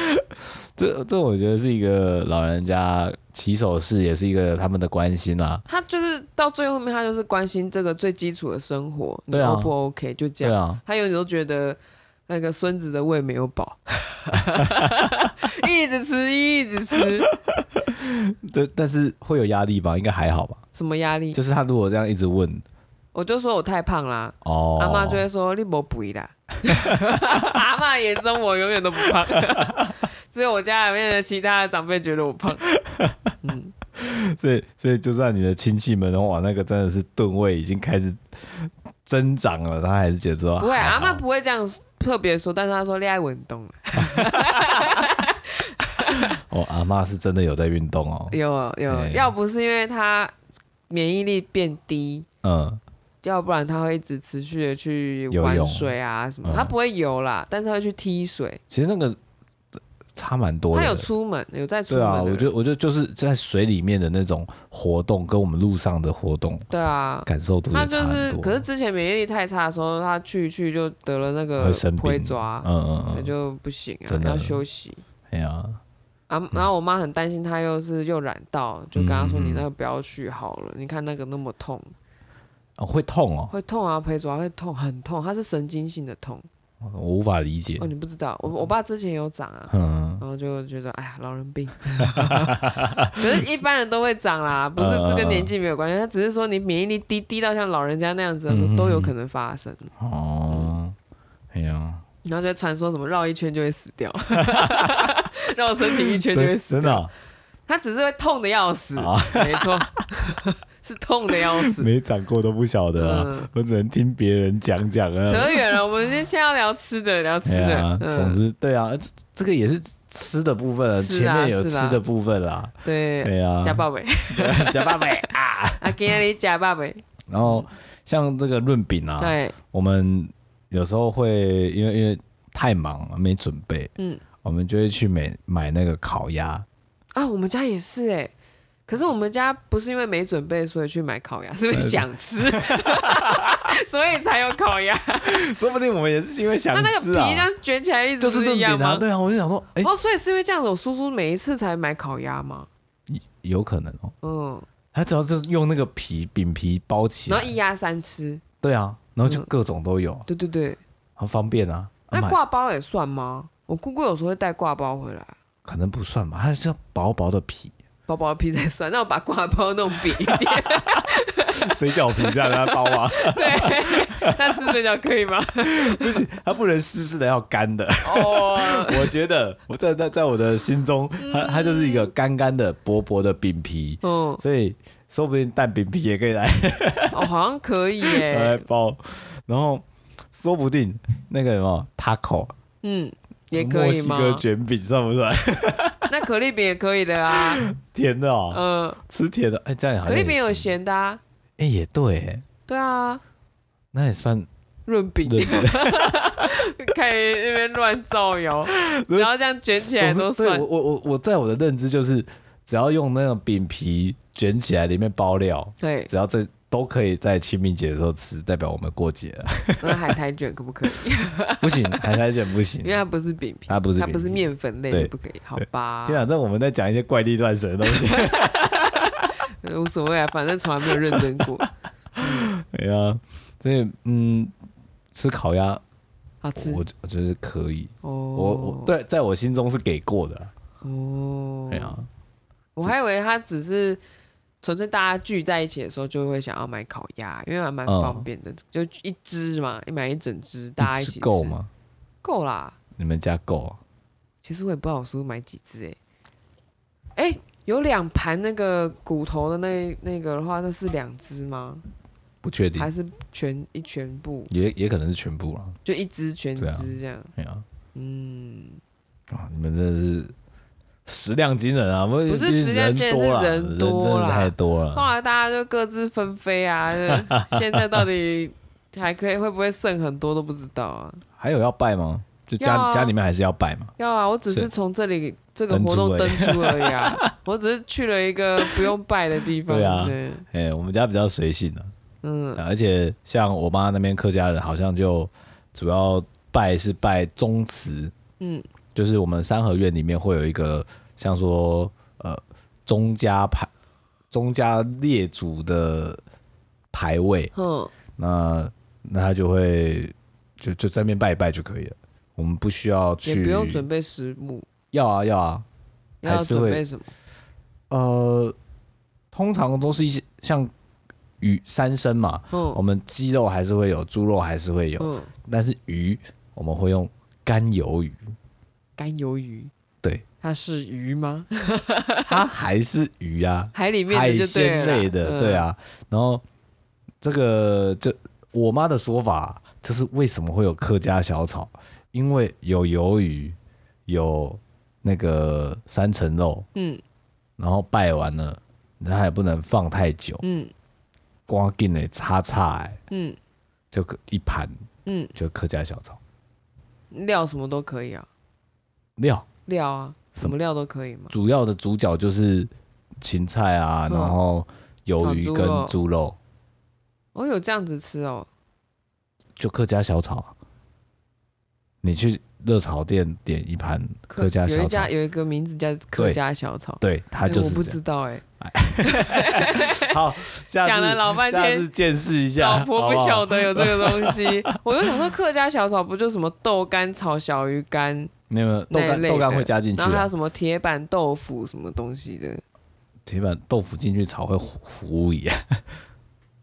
S1: 这这我觉得是一个老人家起手式，也是一个他们的关心啊啦。
S3: 他就是到最后面，他就是关心这个最基础的生活，你
S1: 对啊
S3: O 不 OK，就这
S1: 对
S3: 样。
S1: 啊，
S3: 他有时候觉得那个孙子的胃没有饱， 一直吃一直吃，
S1: 这但是会有压力吧？应该还好吧？
S3: 什么压力？
S1: 就是他如果这样一直问，
S3: 我就说我太胖啦，
S1: 哦，
S3: 阿妈就会说你没肥啦。 阿妈眼中我永远都不胖， 只有我家里面的其他的长辈觉得我胖。
S1: 所以，所以就算你的亲戚们，哇，那个真的是吨位已经开始增长了，他还是觉得说
S3: 不会，啊
S1: 还好
S3: 阿妈不会这样特别说，但是她说恋爱啊运动
S1: 哦，阿妈是真的有在运动哦，
S3: 有有
S1: 哎，
S3: 要不是因为她免疫力变低，
S1: 嗯，
S3: 要不然她会一直持续的去
S1: 游
S3: 玩
S1: 泳
S3: 水啊什么
S1: 嗯，
S3: 她不会游啦，但是她会去踢水，
S1: 其实那个差蛮多
S3: 她
S1: 的，
S3: 有出门，有在出
S1: 对
S3: 门
S1: 啊，
S3: 的
S1: 我
S3: 人，
S1: 觉得我觉得就是在水里面的那种活动，跟我们路上的活动
S3: 对啊。
S1: 感受度
S3: 她
S1: 也
S3: 就
S1: 差
S3: 是
S1: 很，多，
S3: 可是之前免疫力太差的时候，她去去就得了那个
S1: 会生病
S3: 灰抓
S1: 嗯，嗯
S3: 那
S1: 嗯，
S3: 就不行啊
S1: 真，的
S3: 要休息
S1: 哎呀，
S3: 啊。然后我妈很担心她又是又染到，就跟她说：“
S1: 嗯嗯
S3: 你那个不要去好了，你看那个那么痛。”
S1: 哦会痛哦，
S3: 会痛啊，陪抓会痛，很痛，它是神经性的痛。
S1: 我无法理解
S3: 哦，，你不知道，我我爸之前有长啊，
S1: 嗯，
S3: 然后就觉得哎呀，老人病，可是一般人都会长
S1: 嗯
S3: 啦，不是这跟年纪没有关系，他只是说你免疫力低低到像老人家那样子
S1: 嗯嗯嗯
S3: 都有可能发生，
S1: 哦，哎呀，
S3: 然后就会传说什么绕一圈就会死 掉，绕身体一圈就会
S1: 真
S3: 死啊
S1: 真的
S3: 掉，
S1: 哦
S3: 他只是会痛的要死，
S1: 啊
S3: 没 错，是痛的要死。
S1: 没长过都不晓得啊
S3: 嗯，
S1: 我只能听别人讲讲啊，
S3: 扯远了，我们现在要聊吃的，聊吃
S1: 哎
S3: 的。
S1: 呀
S3: 嗯，
S1: 总之对啊，这这个也是吃的部分了，
S3: 是
S1: 前
S3: 啊
S1: 面有
S3: 是
S1: 吃
S3: 啊
S1: 的部分啦，
S3: 对，
S1: 对啊，
S3: 加宝贝。
S1: 假爸呗啊。
S3: 啊，今天你假爸爸，
S1: 然后像这个润饼啊，
S3: 对，
S1: 我们有时候会因为因为太忙了没准备，
S3: 嗯，
S1: 我们就会去买买那个烤鸭，
S3: 啊，我们家也是哎、可是我们家不是因为没准备，所以去买烤鸭，是因为想 吃，所以才有烤鸭。
S1: 啊说不定我们也是因为想
S3: 它那个皮
S1: 吃
S3: 这
S1: 啊，
S3: 样卷起来一直
S1: 就
S3: 不
S1: 是
S3: 是
S1: 润
S3: 一
S1: 饼
S3: 样
S1: 啊，
S3: 吗？
S1: 对啊，我就想说，哎、
S3: 哦，所以是因为这样子，我叔叔每一次才买烤鸭嘛，
S1: 有可能哦，
S3: 嗯，
S1: 他只要是用那个皮饼皮包起
S3: 然
S1: 来
S3: 后，一鸭三吃，
S1: 对啊，然后就各种都有，
S3: 对对对，
S1: 很方便啊。啊
S3: 那
S1: 买
S3: 挂包也算吗？我姑姑有时候会带挂包回来，
S1: 可能不算吧，它是要薄薄的皮，
S3: 薄薄的皮才算，那 我把挂包弄扁一点，
S1: 水饺皮这样让它包啊，
S3: 对，那吃水饺可以吗？
S1: 它不能湿湿的，要干的。
S3: 哦，
S1: 我觉得我在在在我的心中，它它就是一个干干的、薄薄的饼皮，
S3: 嗯，
S1: 所以说不定蛋饼皮也可以来
S3: 哦，好像可以
S1: 拿
S3: 耶
S1: 来，包，然后说不定那个什么 taco
S3: 嗯，也可
S1: 墨
S3: 以
S1: 西
S3: 吗？
S1: 哥卷饼算不算
S3: 那可丽饼也可以的啊，
S1: 甜的哦？
S3: 嗯，
S1: 吃甜的，哎，这样好
S3: 可
S1: 像
S3: 丽
S1: 也
S3: 饼有
S1: 行
S3: 咸的啊，
S1: 哎也对，哎
S3: 对啊，
S1: 那也 算
S3: 润饼
S1: 认
S3: 可以那边乱造谣，只要这样卷起来
S1: 总
S3: 都
S1: 之对
S3: 算
S1: 我。我我我在我的认知就是，只要用那种饼皮卷起来，里面包料，
S3: 对，
S1: 只要这都可以在清明节的时候吃，代表我们过节了。
S3: 那海苔卷可不可以？
S1: 不 行，海苔卷不行
S3: 因为。它不是饼皮，
S1: 它不是
S3: 它
S1: 饼
S3: 不是
S1: 皮
S3: 面粉类，
S1: 对
S3: 也不可以，好吧？
S1: 天啊，这我们在讲一些怪力乱神的东西。
S3: 呃无所谓啊，反正从来没有认真 过。
S1: 对啊，所以嗯，吃烤鸭，
S3: 好吃
S1: 我我觉得可以。
S3: 哦，
S1: 我我对，在我心中是给过的。
S3: 哦，
S1: 对啊，
S3: 我还以为他只是纯粹大家聚在一起的时候就会想要买烤鸭，因为还蛮
S1: 嗯
S3: 方便的，就一只嘛，你买一整只，大家一起
S1: 次
S3: 吃
S1: 够？吗？
S3: 够啦。
S1: 你们家够啊？
S3: 其实我也不知道我叔叔买几只哎、欸，哎、有两盘那个骨头的那那个的话，那是两只吗？
S1: 不确定
S3: 还，是全一全部
S1: 也也可能是全部了。
S3: 就一只全
S1: 对啊
S3: 只这样？
S1: 哎呀，
S3: 嗯，
S1: 啊，你们真的是食量惊人啊！不
S3: 不是食量惊人
S1: 多啦
S3: 是
S1: 人
S3: 人多
S1: 真的
S3: 啦哦
S1: 太多
S3: 后
S1: 了。
S3: 来大家就各自纷飞啊，就 现在到底还可以会不会剩很多都不知道啊。
S1: 还有要拜吗？就家、
S3: 要啊
S1: 家里面还是要拜嘛？
S3: 要啊，我只
S1: 是
S3: 是从这里这个活动
S1: 登
S3: 登出而已 啊，我只是去了一个不用拜的地方。
S1: 对啊哎、我们家比较随性啊，
S3: 嗯，
S1: 而且像我妈那边客家人，好像就主要拜是拜宗祠，
S3: 嗯，
S1: 就是我们三合院里面会有一个像说呃宗家牌、宗家列祖的牌位，
S3: 哼，
S1: 那那他就会就就在那边拜一拜就可以了。我们不需要
S3: 也
S1: 去，
S3: 不用准备食物，
S1: 要啊要啊，还
S3: 要
S1: 是
S3: 准
S1: 会
S3: 备什么？
S1: 呃，通常都是一些像鱼三牲嘛，我
S3: 嗯
S1: 们鸡肉还是会有，猪肉还是会有，
S3: 嗯，
S1: 但是鱼我们会用干鱿鱼，
S3: 干鱿鱼，
S1: 对，
S3: 它是鱼吗？ ，
S1: 它还是鱼啊
S3: 海里面
S1: 海
S3: 的就对
S1: 鲜
S3: 了啦嗯
S1: 类的，对，啊。然后这个就我妈的说法，就是为什么会有客家小炒，因为有鱿鱼，有那个三层肉，
S3: 嗯
S1: 然后拜完了，它也不能放太久，
S3: 嗯
S1: 光进来叉叉哎，
S3: 嗯
S1: 就一盘
S3: 嗯
S1: 就客家小炒
S3: 嗯，料什么都可以啊，
S1: 料。
S3: 料啊，什么料都可以嘛。
S1: 主要的主角就是芹菜啊，
S3: 嗯
S1: 然后鱿鱼
S3: 炒猪
S1: 跟
S3: 肉
S1: 猪肉，
S3: 我有这样子吃哦，
S1: 就客家小炒啊。你去热炒店点一盘客家
S3: 有
S1: 小
S3: 一
S1: 炒
S3: 家，有一个名字叫客
S1: 对
S3: 家小炒，
S1: 对，它就
S3: 哎我
S1: 是
S3: 不
S1: 这
S3: 知
S1: 样。
S3: 道哎，
S1: 好，下次
S3: 讲了老半天
S1: 下次见识一下，
S3: 老婆
S1: 好
S3: 不
S1: 好
S3: 晓得有这个 东西，我就想说客家小炒不就什么豆干炒小鱼干，
S1: 那个豆
S3: 那
S1: 干
S3: 一类
S1: 豆干
S3: 的
S1: 会加进去
S3: 然后还有
S1: 啊，
S3: 什么铁板豆腐什么东西的，
S1: 铁板豆腐进去炒会糊糊一样。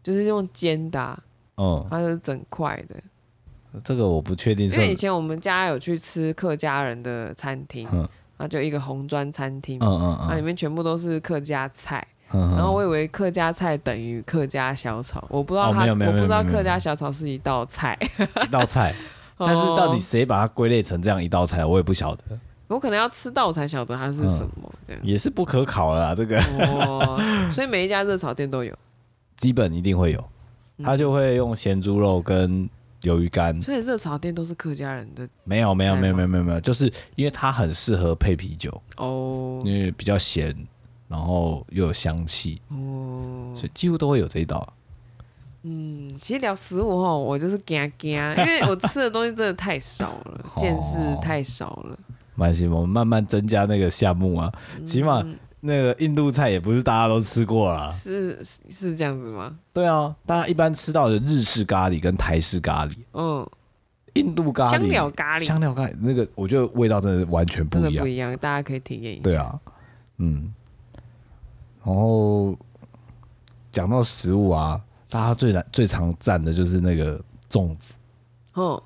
S3: 就是用煎的啊、
S1: 嗯，
S3: 它是整块的。
S1: 这个我不确定
S3: 因
S1: 是
S3: 为以前我们家有去吃客家人的餐厅，
S1: 嗯
S3: 然后就一个红砖餐厅
S1: 嗯，嗯
S3: 那里
S1: 嗯
S3: 面全部都是客家菜。
S1: 嗯，
S3: 哎然后
S1: 嗯
S3: 我以为客家菜等于客家小炒，我不知
S1: 哦
S3: 道它，
S1: 没有
S3: 我
S1: 没有
S3: 不知道
S1: 没有没有
S3: 客家小炒是一道菜。
S1: 一道菜，但是到底
S3: 哦
S1: 谁把它归类成这样一道菜，我也不晓得，
S3: 我可能要吃到我才晓得它
S1: 嗯
S3: 是什么这样。
S1: 也是不可考了啊这个。
S3: 哦， 所以每一家热炒店都有，
S1: 基本一定会有，
S3: 嗯
S1: 他就会用咸猪肉跟鱿鱼干。
S3: 所以热炒店都是客家人的
S1: 没有没有
S3: 菜吗
S1: 没有没有没有没有，就是因为它很适合配啤酒，
S3: 哦
S1: 因为比较咸，然后又有香气，
S3: 哦。
S1: 所以几乎都会有这一道。啊
S3: 嗯，其实聊食物哈，我就是惊惊，因为我吃的东西真的太少了， 见识太少了。
S1: 蛮行，我们慢慢增加那个项目啊，
S3: 嗯
S1: 起码那个印度菜也不是大家都吃过啦。
S3: 是是是这样子吗？
S1: 对啊，大家一般吃到的日式咖喱跟台式咖喱，
S3: 嗯，
S1: 印度咖喱、
S3: 香料咖喱
S1: 香料咖喱那个，我觉得味道真的完全不
S3: 真的
S1: 一样
S3: 不。一样，大家可以体验一下。
S1: 对啊，嗯，然后讲到食物啊，大家最难最常蘸的就是那个粽子，
S3: 嗯，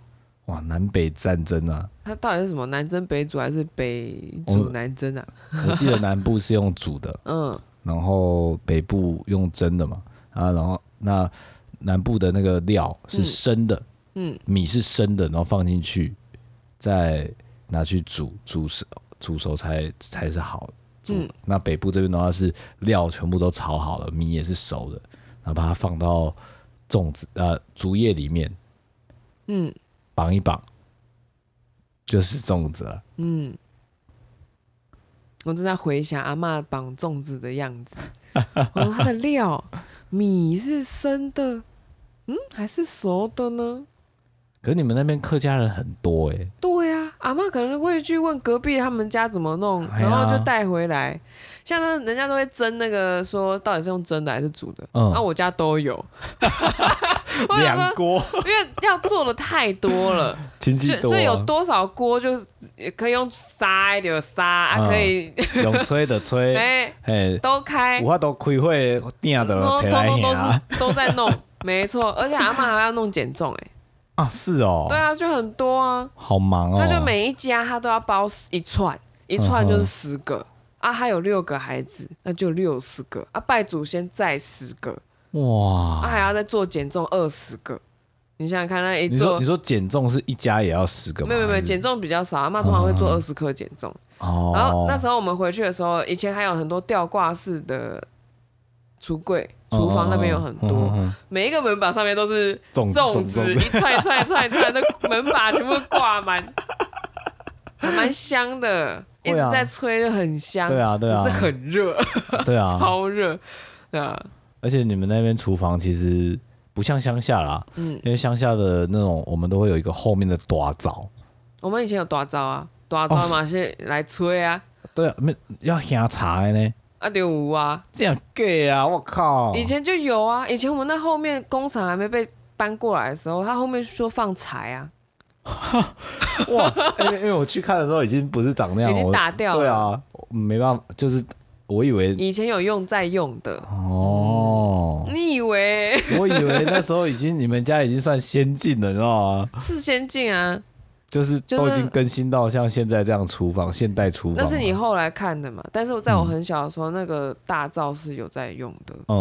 S1: 哇，南北战争啊，
S3: 它到底是什么？南征北煮还是北
S1: 我
S3: 煮南征啊？
S1: 我记得南部是用煮的，
S3: 嗯
S1: 然后北部用蒸的嘛，啊，然后那南部的那个料是生的，
S3: 嗯，
S1: 米是生的，然后放进去，再拿去煮，煮熟煮熟才才是好的。煮、
S3: 嗯
S1: 那北部这边的话是料全部都炒好了，米也是熟的，然后把它放到粽子呃竹叶里面
S3: 嗯
S1: 绑一绑，就是粽子了。
S3: 嗯，我正在回想阿嬷绑粽子的样 子，我说它的料米是生的，嗯，还是熟的呢？
S1: 可是你们那边客家人很多哎、
S3: 对呀、阿妈可能会去问隔壁他们家怎么弄，
S1: 哎呀
S3: 然后就带回来。像那人家都会蒸那个，说到底是用蒸的还是煮的？
S1: 嗯
S3: 那、我家都有，我
S1: 两
S3: 想说，
S1: 锅
S3: 因为要做的太多 了，
S1: 亲戚
S3: 所以
S1: 多
S3: 所
S1: 啊，
S3: 以有多少锅就是可以用塞就塞，
S1: 嗯
S3: 啊、可以
S1: 用吹的 吹，
S3: 哎、
S1: 嘿，
S3: 都开
S1: 有，法度开会定的啊
S3: 都
S1: 摕
S3: 通
S1: 来
S3: 通都
S1: 行
S3: 是都在弄， 没错。而且阿妈还要弄减重、哎，
S1: 啊，是哦
S3: 对，啊，就很多啊。
S1: 好忙哦，嗯
S3: 他就每一家他都要包一串，一串就是十个、啊，他有六个孩子，那就六十个啊，拜祖先再十个，啊，
S1: 哇，
S3: 还要再做减重二十个。你想想看，那一
S1: 你说
S3: 做
S1: 你说减重是一家也要十个吗？
S3: 没有没有没
S1: 还
S3: 有
S1: 是
S3: 减重比较少，阿妈通常会做二十克减重。
S1: 哦，
S3: 然后那时候我们回去的时候，以前还有很多吊挂式的橱柜，厨房那边有很
S1: 哦嗯
S3: 多，
S1: 嗯嗯
S3: 每一个门把上面都是
S1: 粽子
S3: 粽
S1: 嗯粽
S3: 子，
S1: 粽
S3: 一串一串一串一串，那门把全部挂满， 还蛮香的，一
S1: 会
S3: 直
S1: 啊
S3: 在吹就很香。
S1: 对啊对啊
S3: 可是很热，
S1: 对啊，
S3: 超热。对啊，
S1: 而且你们那边厨房其实不像乡下啦，
S3: 嗯
S1: 因为乡下的那种我们都会有一个后面的大灶，
S3: 我们以前有多招啊，多招
S1: 哦
S3: 嘛是来吹啊，
S1: 对啊，没要下茶的呢，
S3: 啊点五啊，
S1: 这样 gay 啊，我靠，
S3: 以前就有啊，以前我们那后面工厂还没被搬过来的时候，他后面说放柴啊，
S1: 哇，因为因为我去看的时候已经不是长那样，
S3: 已经
S1: 我
S3: 打掉了
S1: 对啊，我没办法，就是我以为
S3: 以前有用在用的，
S1: 哦，
S3: 你以为
S1: 我以为那时候已经你们家已经算先进了，你知道吗？
S3: 是先进啊？
S1: 就是
S3: 就是
S1: 都已经更新到像现在这样厨房，现代厨房
S3: 那
S1: 了。
S3: 是你后来看的嘛？但是我在
S1: 嗯
S3: 我很小的时候，那个大灶是有在用的，
S1: 嗯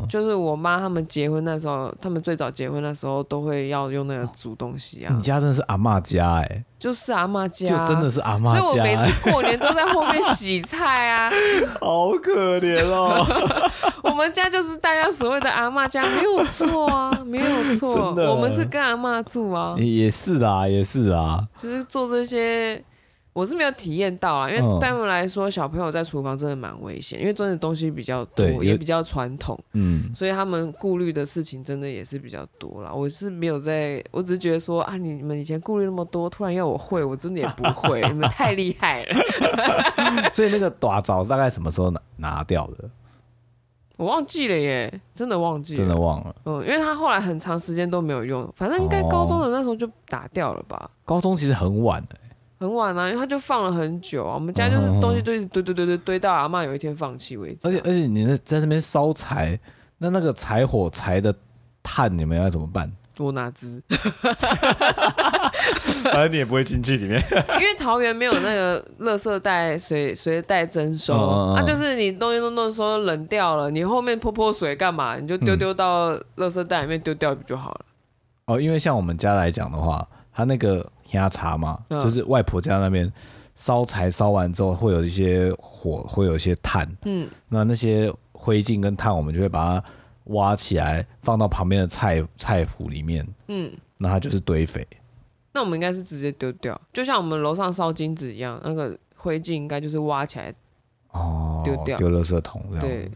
S1: 嗯
S3: 就是我妈他们结婚那时候，他们最早结婚那时候都会要用那个煮东西
S1: 嗯，
S3: 啊
S1: 你，家真的是阿嬷家哎、
S3: 就是阿妈家，
S1: 就真的。是阿
S3: 啊所
S1: 嬷
S3: 以我
S1: 家、
S3: 每
S1: 欸，
S3: 次过年都在后面洗菜啊，
S1: 好可怜 哦。
S3: 我们家就是大家所谓的阿嬷家，没有错啊，没有错，
S1: 真的
S3: 我们是跟阿嬷住啊，
S1: 也是啊，也是啊，
S3: 就是做这些，我是没有体验到啊，因为
S1: 嗯
S3: 对他们来说，小朋友在厨房真的蛮危险，因为真的东西比较多
S1: 对，有
S3: 也比较传统，
S1: 嗯，
S3: 所以他们顾虑的事情真的也是比较多啦。我是没有在，我只是觉得说啊，你们以前顾虑那么多，突然要我会，我真的也不会，你们太厉害了。
S1: 所以那个大枣大概什么时候拿拿掉的？
S3: 我忘记了耶，真的忘记
S1: 真的
S3: 了。
S1: 忘了。
S3: 嗯，因为他后来很长时间都没有用，反正应该高中的那时候就打掉了吧，
S1: 高中其实很晚的、
S3: 很晚啊，因为他就放了很久啊。我们家就是
S1: 嗯嗯嗯
S3: 东西就一直堆堆堆堆堆到阿嬷有一天放弃为止啊、
S1: 而且而且你那在那边烧柴，那那个柴火柴的炭你们要怎么办？
S3: 我哪知？
S1: 反正你也不会进去里面。
S3: 因为桃园没有那个垃圾袋随随袋征收，
S1: 嗯嗯嗯
S3: 啊，就是你东西弄弄说冷掉了，你后面泼泼水干嘛？你就丢
S1: 嗯
S3: 丢到垃圾袋里面丢掉不就好了？
S1: 哦，因为像我们家来讲的话，他那个鸭茶嘛，
S3: 嗯
S1: 就是外婆家那边烧柴烧完之后，会有一些火，会有一些炭，
S3: 嗯，
S1: 那那些灰烬跟炭，我们就会把它挖起来，放到旁边的菜菜圃里面，
S3: 嗯，
S1: 那它就是堆肥。
S3: 那我们应该是直接丢掉，就像我们楼上烧金纸一样，那个灰烬应该就是挖起来，
S1: 哦，
S3: 丢掉
S1: 丢垃圾桶这样，
S3: 对，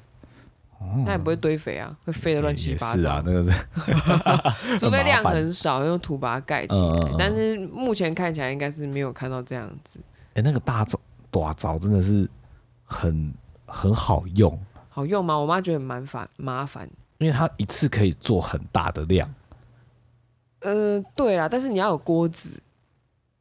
S3: 它也不会堆肥啊，会飞
S1: 也，
S3: 得乱七八
S1: 哦也是
S3: 糟。
S1: 啊，那个是
S3: 除非量
S1: 麻烦
S3: 很少，用土把它盖起
S1: 嗯嗯
S3: 来
S1: 嗯。
S3: 但是目前看起来应该是没有看到这样子，
S1: 哎、那个大枣大枣真的是很很好用，
S3: 好用吗？我妈觉得很麻烦，麻烦。
S1: 因为它一次可以做很大的量。
S3: 呃，对啦，但是你要有锅子，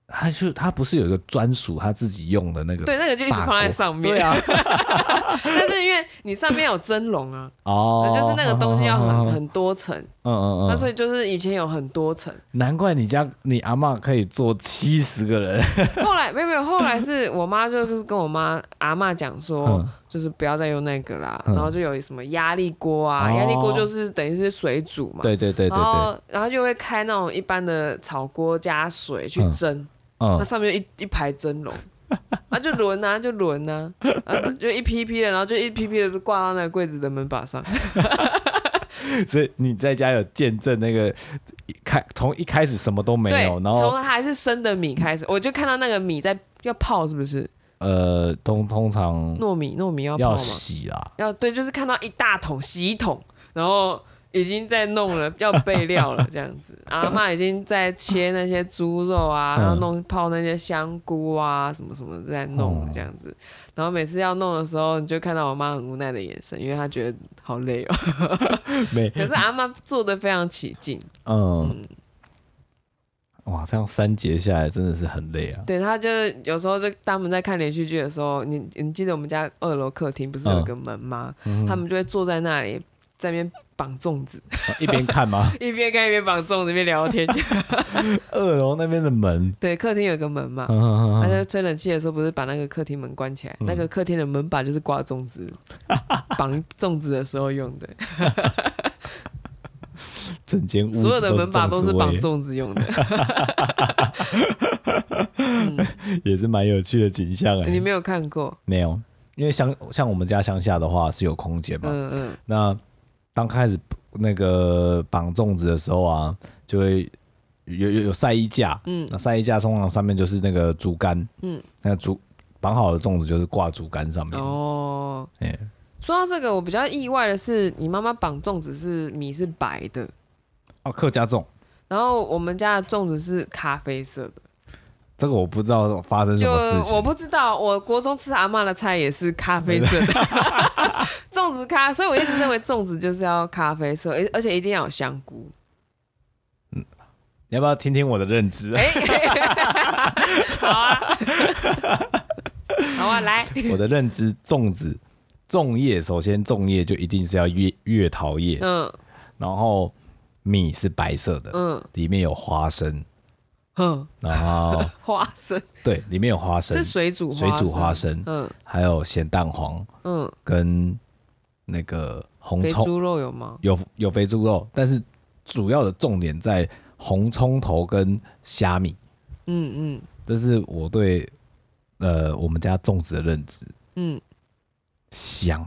S1: 它就它不是有一个专属它自己用的那个？
S3: 对，那个就一直放在上面。
S1: 对啊，
S3: 但是因为你上面有蒸笼啊，
S1: 哦，
S3: 就是那个东西要很
S1: 嗯
S3: 很多层，
S1: 嗯
S3: 那
S1: 嗯
S3: 所
S1: 嗯，
S3: 以就是以前有很多层，
S1: 难怪你家你阿嬷可以做七十个人，
S3: 后来没有没有，后来是我妈就是跟我妈阿嬷讲说
S1: 嗯，
S3: 就是不要再用那个啦，
S1: 嗯
S3: 然后就有什么压力锅啊，
S1: 哦
S3: 压力锅就是等于是水煮嘛，
S1: 对对对对对，
S3: 然后然后就会开那种一般的炒锅加水去
S1: 嗯
S3: 蒸，它
S1: 嗯，
S3: 上面就一一排蒸笼。 啊，就轮啊，就轮啊，啊，就一批一批的，然后就一批批的挂到那个柜子的门把上。
S1: 所以你在家有见证那个一开从一开始什么都没
S3: 对，
S1: 有，然
S3: 从
S1: 后
S3: 还是生的米开始，我就看到那个米在要泡，是不是？
S1: 呃通通常
S3: 糯米，糯米要泡
S1: 要
S3: 吗？
S1: 洗啦，
S3: 要对，就是看到一大桶洗衣桶，然后已经在弄了，要备料了这样子。阿妈已经在切那些猪肉啊，
S1: 嗯
S3: 要弄泡那些香菇啊，什么什么在
S1: 哦
S3: 弄了这样子。然后每次要弄的时候，你就看到我妈很无奈的眼神，因为她觉得好累哦。
S1: 没，
S3: 可是阿妈做的非常起劲，
S1: 嗯，哇，这样三节下来真的是很累啊。
S3: 对，她就是有时候就他们在看连续剧的时候，你你记得我们家二楼客厅不是有一个门吗？
S1: 嗯
S3: 他们就会坐在那里，在那边绑粽子，
S1: 一边看吗？
S3: 一边看一边绑粽子，一边聊天。
S1: 二楼那边的门，
S3: 对，客厅有一个门嘛，
S1: 嗯嗯
S3: 他
S1: 嗯
S3: 在吹冷气的时候，不是把那个客厅门关起来？那个客厅的门把就是挂 粽子，绑粽子的时候用的。
S1: 整间屋子
S3: 所有的门把
S1: 嗯都
S3: 都
S1: 是粽
S3: 是
S1: 子
S3: 绑
S1: 味
S3: 粽子用的。
S1: 也是蛮有趣的景象哎、
S3: 你没有看 过？
S1: 没有，因为乡像我们家乡下的话是有空间嘛，
S3: 嗯嗯，
S1: 那当开始那个绑粽子的时候啊，就会有有有晒衣架，嗯，那晒衣架通常上面就是那个竹竿，嗯，那竹绑好的粽子就是挂竹竿上面，
S3: 哦。
S1: 哎
S3: 说到这个，我比较意外的是，你妈妈绑粽子是米是白的，
S1: 哦，客家粽，
S3: 然后我们家的粽子是咖啡色的。
S1: 这个我不知道发生什
S3: 就
S1: 么事情，
S3: 我不知道，我国中吃阿嬷的菜也是咖啡色 的，粽子咖，所以我一直认为粽子就是要咖啡色，而而且一定要有香菇。
S1: 你要不要听听我的认知？
S3: 哎、好啊，好啊，来，
S1: 我的认知，粽子粽叶首先粽叶就一定是要月月桃叶，
S3: 嗯
S1: 然后米是白色的，
S3: 嗯
S1: 里面有花生，
S3: 哼，
S1: 然 后
S3: 花生
S1: 对，里面有花生
S3: 是，水煮
S1: 水煮花
S3: 生，
S1: 生，
S3: 嗯
S1: 还有咸蛋黄
S3: 嗯，
S1: 跟那个红
S3: 肥
S1: 葱，
S3: 猪肉有吗？
S1: 有有肥猪肉，但是主要的重点在红葱头跟虾米，
S3: 嗯嗯
S1: 这是我对呃我们家粽子的认知。
S3: 嗯，
S1: 香，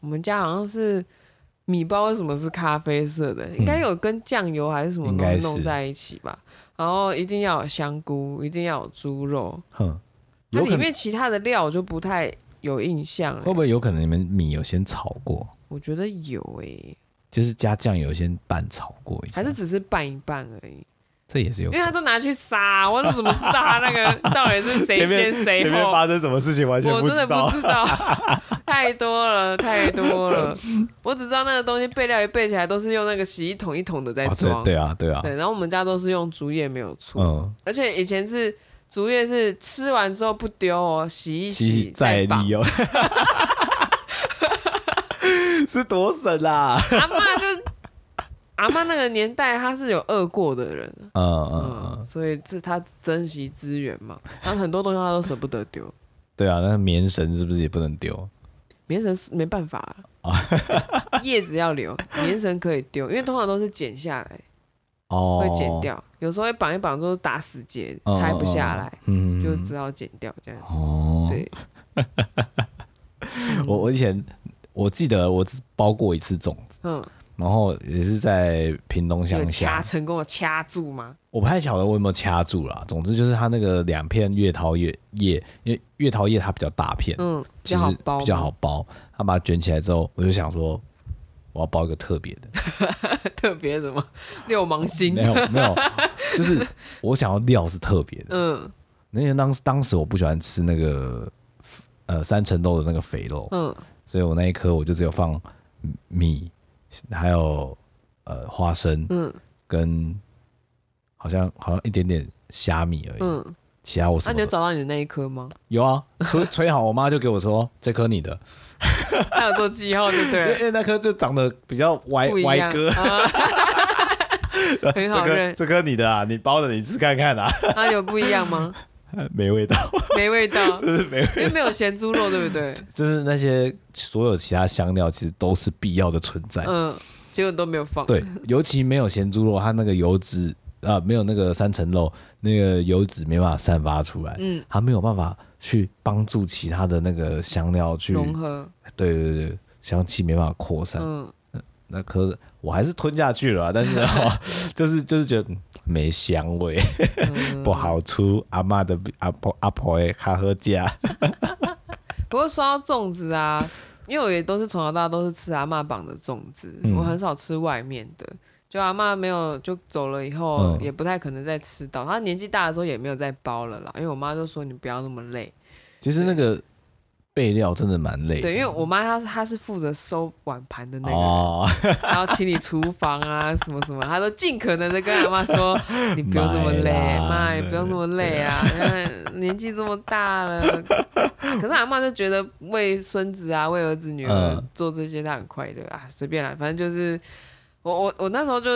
S3: 我们家好像是米包，为什么是咖啡色的？应该有跟酱油还是什么
S1: 应
S3: 东
S1: 该
S3: 西弄
S1: 是
S3: 在一起吧。然后一定要有香菇，一定要有猪肉。
S1: 哼，
S3: 它
S1: 有
S3: 里
S1: 可能
S3: 面其他的料我就不太有印象、
S1: 会不
S3: 欸，
S1: 会有可能你们米有先炒过，
S3: 我觉得有诶、
S1: 就是加酱油先拌炒过一下，
S3: 还是只是拌一拌而已。
S1: 这也是有可
S3: 因为
S1: 能。
S3: 他都拿去杀，我怎么知道他 那个到底是谁先谁后？
S1: 生什么事情完
S3: 我真的不 知道，太多了，太多了。我只知道那个东西备料一备起来都是用那个洗衣桶一桶的在
S1: 哦
S3: 装，
S1: 对对啊，对啊，
S3: 对然后我们家都是用竹叶，没有错。
S1: 嗯，
S3: 而且以前是竹叶是吃完之后不丢哦，洗一洗
S1: 再
S3: 绑
S1: 利。用， 是多啊省啦。
S3: 阿妈就阿妈那个年代，她是有饿过的人，
S1: 嗯嗯嗯，
S3: 嗯，所以这她珍惜资源嘛，她很多东西她都舍不得丢。
S1: 对啊，那棉绳是不是也不能丢？
S3: 棉绳是没办法
S1: 哦
S3: 啊，叶子要留，棉绳可以丢，因为通常都是剪下来
S1: 哦，
S3: 会剪，掉，有时候会绑一绑之后打死结，
S1: 嗯
S3: 拆不下来，
S1: 嗯，
S3: 就只好剪掉这样。
S1: 哦。
S3: 对，
S1: 我我以前我记得我只包过一次粽子，
S3: 嗯，
S1: 然后也是在屏东
S3: 有
S1: 乡
S3: 掐
S1: 下，
S3: 成功的掐住吗？
S1: 我不太晓得我有没有掐住啦。总之就是它那个两片月桃叶叶，因为月桃叶它比较大片，
S3: 嗯，比
S1: 其
S3: 较
S1: 实
S3: 好包，
S1: 比较好，包。他把它卷起来之后，我就想说，我要包一个特别 的，
S3: 特别什么六芒星
S1: 没，有没有，就是我想要料是特别的。
S3: 嗯
S1: 因为当时当时我不喜欢吃那个呃三层肉的那个肥肉，
S3: 嗯
S1: 所以我那一颗我就只有放米，还有呃花生
S3: 嗯
S1: 跟好像好像一点点虾米而已，
S3: 嗯，
S1: 其他我
S3: 那
S1: 什
S3: 你
S1: 么
S3: 有
S1: 都
S3: 找到你的那一颗吗？
S1: 有啊，吹 吹好，我妈就给我说这颗你的，
S3: 他有做记号就对
S1: 因为
S3: 了
S1: 因，为那颗就长得比较歪
S3: 不一
S1: 哎歪
S3: 样
S1: 哥，
S3: 啊，很好
S1: 这颗
S3: 认
S1: 这颗你的啊，你包的你吃看看啊，
S3: 那有不一样吗？
S1: 没味道，
S3: 没 味道，
S1: 就是没味道，
S3: 因为没有咸猪肉，对不对？
S1: 就是那些所有其他香料其实都是必要的存在，
S3: 嗯，结果都没有放。，
S1: 对，尤其没有咸猪肉，它那个油脂啊、没有那个三层肉，那个油脂没办法散发出来，
S3: 嗯，
S1: 它没有办法去帮助其他的那个香料去，
S3: 融合，
S1: 对对对对，香气没办法扩散。
S3: 嗯，
S1: 那可是我还是吞下去了啊、但 是、哦、就是就是觉得嗯没香味，
S3: 嗯
S1: 不好出阿嬷的阿婆阿婆的卡喝架，
S3: 不过说到粽子啊， 因为我也都是从小到大都是吃阿嬷绑的粽子，
S1: 嗯
S3: 我很少吃外面的。就阿嬷没有就走了以后，
S1: 嗯
S3: 也不太可能再吃到。她年纪大的时候也没有再包了啦，因为我妈就说你不要那么累。
S1: 其实那个备料真的蛮累的。
S3: 对，因为我妈她她是负责收碗盘的那个人，
S1: 哦，
S3: 然后清理厨房啊什么什么，她都尽可能的跟阿妈说，你不用那么累，
S1: 买啦
S3: 妈，你
S1: 对
S3: 不用那么累啊，年纪这么大了。可是阿妈就觉得为孙子啊，为儿子女儿
S1: 嗯
S3: 做这些，她很快乐啊，随便啦，反正就是我我我那时候就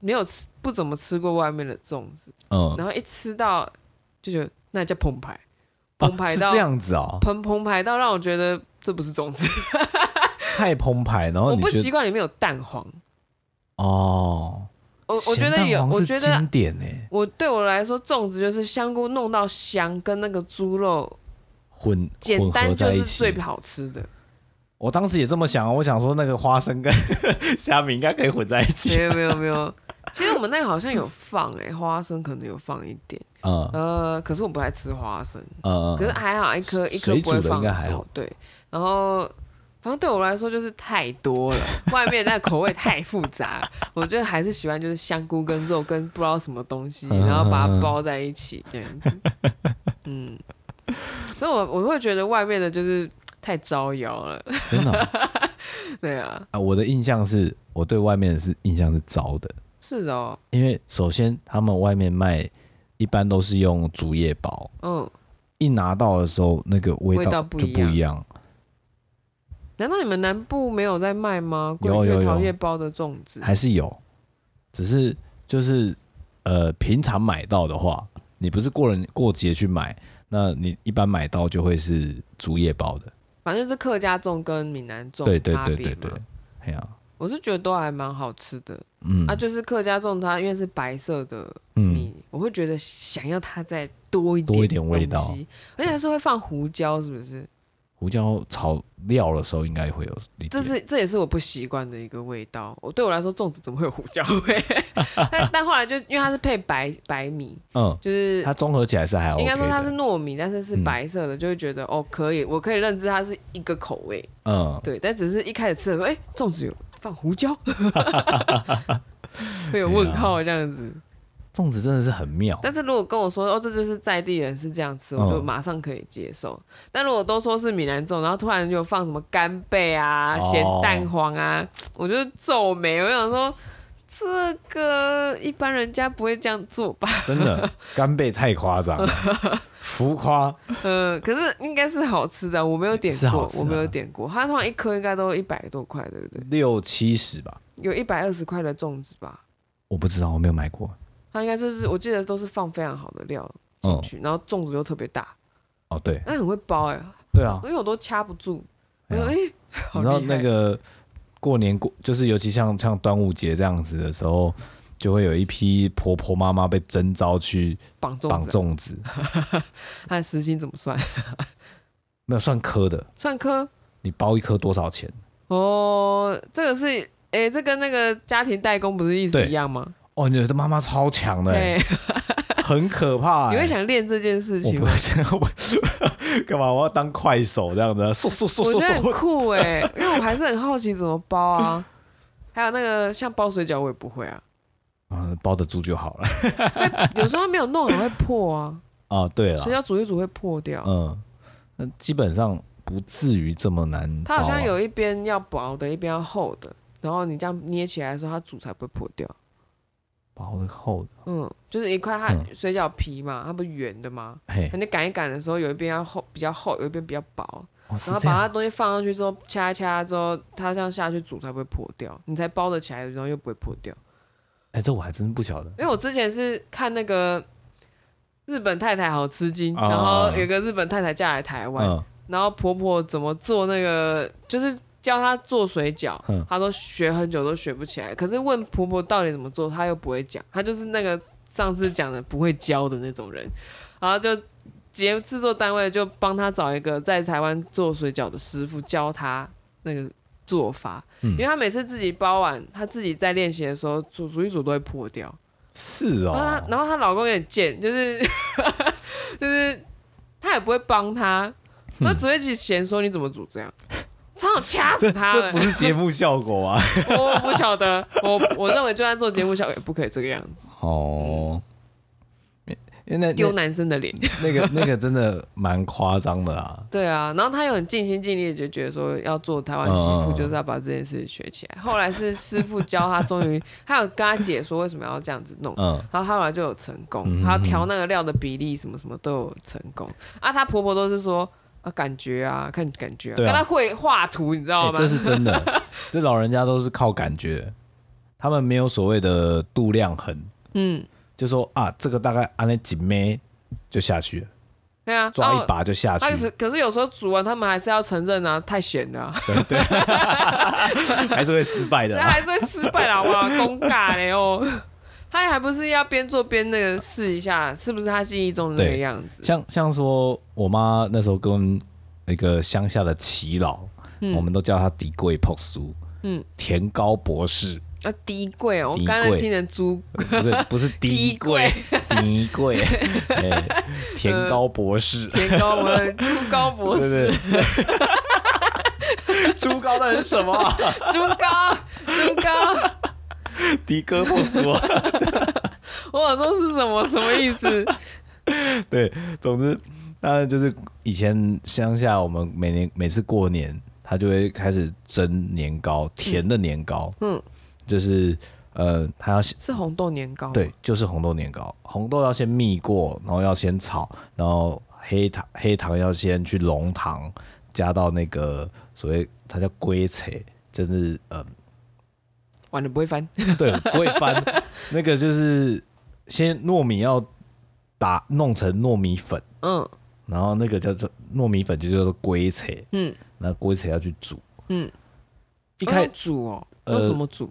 S3: 没有吃不怎么吃过外面的粽子，
S1: 嗯，
S3: 然后一吃到就觉得那叫澎湃，澎
S1: 哦
S3: 湃
S1: 是
S3: 到
S1: 这样子哦，
S3: 澎澎湃到让我觉得这不是粽子，
S1: 太澎湃，然后
S3: 我
S1: 哦你
S3: 不
S1: 觉
S3: 习
S1: 得
S3: 惯里面有蛋黄。
S1: 哦，
S3: 我我觉
S1: 咸
S3: 得
S1: 蛋
S3: 有，
S1: 黄
S3: 我
S1: 是
S3: 觉得
S1: 经典欸诶，
S3: 我对我来说，粽子就是香菇弄到香，跟那个猪肉
S1: 混
S3: 简
S1: 混
S3: 单
S1: 合
S3: 就
S1: 在一
S3: 是
S1: 起
S3: 最好吃的。
S1: 我当时也这么想啊，我想说那个花生跟 虾米应该可以混在一起。
S3: 没有没有没有，其实我们那个好像有放哎、花生可能有放一点，
S1: 嗯
S3: 呃，可是我不爱吃花生，
S1: 嗯，
S3: 可是还好一颗一颗
S1: 水
S3: 不会
S1: 煮的
S3: 放
S1: 应该还
S3: 很多
S1: 好，
S3: 对，然后。反正对我来说就是太多了， 外面那口味太复杂，我觉得还是喜欢就是香菇跟肉跟不知道什么东西，
S1: 嗯
S3: 然后把它包在一起这样子。嗯，所以我我会觉得外面的就是太招摇了，
S1: 真的哦
S3: 对啊，
S1: 啊，我的印象是我对外面的是印象是糟的，
S3: 是哦，
S1: 因为首先他们外面卖一般都是用竹叶包，
S3: 嗯，
S1: 一拿到的时候那个味
S3: 味
S1: 道
S3: 道
S1: 就
S3: 不
S1: 不
S3: 一样
S1: 一样。
S3: 难道你们南部没有在卖吗？
S1: 有
S3: 桂
S1: 有
S3: 月桃
S1: 有
S3: 叶包的粽子，
S1: 还是有，只是就是呃，平常买到的话，你不是过人过节去买，那你一般买到就会是竹叶包的。
S3: 反正就是客家粽跟闽南粽
S1: 对对
S3: 差
S1: 对
S3: 别
S1: 对
S3: 嘛
S1: 对。，哎呀、
S3: 我是觉得都还蛮好吃的，
S1: 嗯、
S3: 啊，就是客家粽它因为是白色的
S1: 嗯，
S3: 米，我会觉得想要它再多一
S1: 多一点
S3: 点
S1: 味
S3: 东
S1: 道
S3: 西，而且还是会放胡椒，是不是？
S1: 胡椒炒料的时候应该会有一
S3: 这
S1: 点，
S3: 是这也是我不习惯的一个味道。我对我来说，粽子怎么会有胡椒 味？但但后来就因为它是配白白米，
S1: 嗯，
S3: 就是
S1: 它综合起来是还 OK
S3: 应该说它是
S1: 的，嗯
S3: 糯米，但是是白色的，就会觉得哦可以，我可以认知它是一个口味，
S1: 嗯，
S3: 对。但只是一开始吃的时候，哎、粽子有放胡 椒，会有问号这样子。
S1: 粽子真的是很妙，
S3: 但是如果跟我说哦，这就是在地人是这样
S1: 哦
S3: 吃，我就马上可以接受。但如果都说是闽南粽，然后突然就放什么干贝啊、
S1: 哦
S3: 咸蛋黄啊，我就皱眉。我想说，这个一般人家不会这样做吧？
S1: 真的干贝太夸张了，浮夸，
S3: 呃，可是应该是好吃的，我没有点
S1: 是
S3: 过，
S1: 好吃的
S3: 我没有点过。它通常一颗应该都一百多块，对不对？
S1: 六七十吧，
S3: 有一百二十块的粽子吧？
S1: 我不知道，我没有买过，
S3: 它应该就是我记得都是放非常好的料
S1: 嗯
S3: 进，去，然后粽子又特别大，
S1: 哦对，
S3: 那很会包哎、
S1: 对啊，
S3: 因为我都掐不住。我
S1: 哎呀
S3: 说哎，好
S1: 你知道
S3: 厉害
S1: 那个过年过，就是尤其像像端午节这样子的时候，就会有一批婆婆妈妈被征召去
S3: 绑粽
S1: 绑
S3: 子啊，
S1: 粽子，
S3: 它的时薪怎么算？
S1: 没有算颗的，
S3: 算颗
S1: 你包一颗多少钱？
S3: 哦，这个是诶，这跟那个家庭代工不是意思
S1: 对
S3: 一样吗？
S1: 哦，你的妈妈超强的、欸，
S3: 对，
S1: 很可怕、欸。
S3: 你会想练这件事
S1: 我
S3: 情
S1: 不
S3: 吗？
S1: 会想，我干嘛？我要 当快手这样啊的，嗖嗖嗖
S3: 我觉得
S1: 嗖嗖。
S3: 很酷诶，因为我还是很好奇怎么包啊。还有那个像包水饺，我也不会啊，
S1: 嗯，包得住就好了。
S3: 有时候没有弄好会破啊，
S1: 啊， 对了
S3: 水，饺煮一煮会破掉。
S1: 嗯，那基本上不至于这么难、包
S3: 它好像
S1: 啊
S3: 有一边要薄的，一边要厚的，然后你这样捏起来的时候，它煮才不会破掉。
S1: 包的厚的，
S3: 嗯，就是一块它
S1: 嗯
S3: 水饺皮嘛，它不是圆的吗？
S1: 嘿
S3: 可，能擀一擀的时候，有一边要厚比较厚，有一边比较薄，
S1: 哦是
S3: 然后
S1: 这
S3: 把
S1: 样
S3: 它东西放上去之后，掐一掐之后，它这样下去煮才不会破掉，你才包得起来，然后又不会破掉。
S1: 哎、这我还真不晓得。
S3: 因为我之前是看那个日本太太好吃惊，
S1: 啊
S3: 然后有个日本太太嫁来台湾，
S1: 嗯，
S3: 然后婆婆怎么做那个，就是教她做水饺
S1: 嗯，
S3: 她都学很久都学不起来。可是问婆婆到底怎么做，她又不会讲，她就是那个上次讲的不会教的那种人。然后就节制作单位就帮她找一个在台湾做水饺的师傅教她那个做法，
S1: 嗯
S3: 因为她每次自己包完，她自己在练习的时候煮煮一煮都会破掉。
S1: 是哦。
S3: 然后她，然后她老公也很贱，就是 就是她也不会帮她，那只会一直嫌说你怎么煮这样，超想掐死
S1: 这
S3: 他
S1: 这
S3: 了
S1: 不！是节目效果 啊！
S3: 我不晓得，我我认为就算做节目效果也不可以这个样 子，
S1: 哦，因为那
S3: 丢男生的脸。
S1: 那那个那个真的蛮夸张的啊。
S3: 对啊，然后他又很尽心尽力，就觉得说要做台湾媳妇，
S1: 嗯
S3: 就是要把这件事情学起来。后来是师傅教他，终于他有跟他解说为什么要这样子弄，
S1: 嗯，
S3: 然后他后来就有成功，他调那个料的比例什么什么都有成功。啊，她婆婆都是说啊感觉啊，看感觉、啊，
S1: 对啊
S3: 跟她会画图，你知道
S1: 哎
S3: 吗？
S1: 这是真的。这老人家都是靠感觉，他们没有所谓的度量衡，
S3: 嗯，
S1: 就说啊，这个大概按那几枚就下去了，
S3: 对啊，
S1: 抓
S3: 啊
S1: 一把就下去
S3: 啊，只可是有时候煮完，他们还是要承认啊，太咸了、啊，
S1: 还是会失败
S3: 这
S1: 的啊。
S3: 还是会失 败啦，哇，公尬嘞哦。他还不是要边做边那个试一下，是不是他记忆中的那个
S1: 对
S3: 样子？
S1: 像像说，我妈那时候跟一个乡下的耆老，我们都叫他迪贵朴叔，
S3: 嗯
S1: 嗯，田高博士，
S3: 啊，低贵哦，我
S1: 低
S3: 刚才
S1: 贵
S3: 听成猪，
S1: 不 是不是迪贵，迪 贵，哎，田高博士，
S3: 田高我的猪高博
S1: 对
S3: 士，
S1: 不对？猪高的是什么啊？
S3: 猪高，猪高，
S1: 迪哥博士哦吗？
S3: 我想说是什么什么意思？
S1: 对，总之，那就是以前乡下，我们每年每次过年，他就会开始蒸年糕，甜的年糕，
S3: 嗯
S1: 嗯，就是呃，他要先
S3: 是红豆年糕吗，
S1: 对，就是红豆年糕，红豆要先蜜过，然后要先炒，然后黑糖黑糖要先去浓糖，加到那个所谓它叫龟菜，就是呃，
S3: 完了不会翻，
S1: 对，不会翻，那个就是先糯米要打弄成糯米粉，
S3: 嗯
S1: 然后那个叫做糯米粉就叫做龟菜，
S3: 嗯，
S1: 那龟菜要去煮，
S3: 嗯，
S1: 一
S3: 哦
S1: 开
S3: 要煮哦，
S1: 呃
S3: 用什么煮？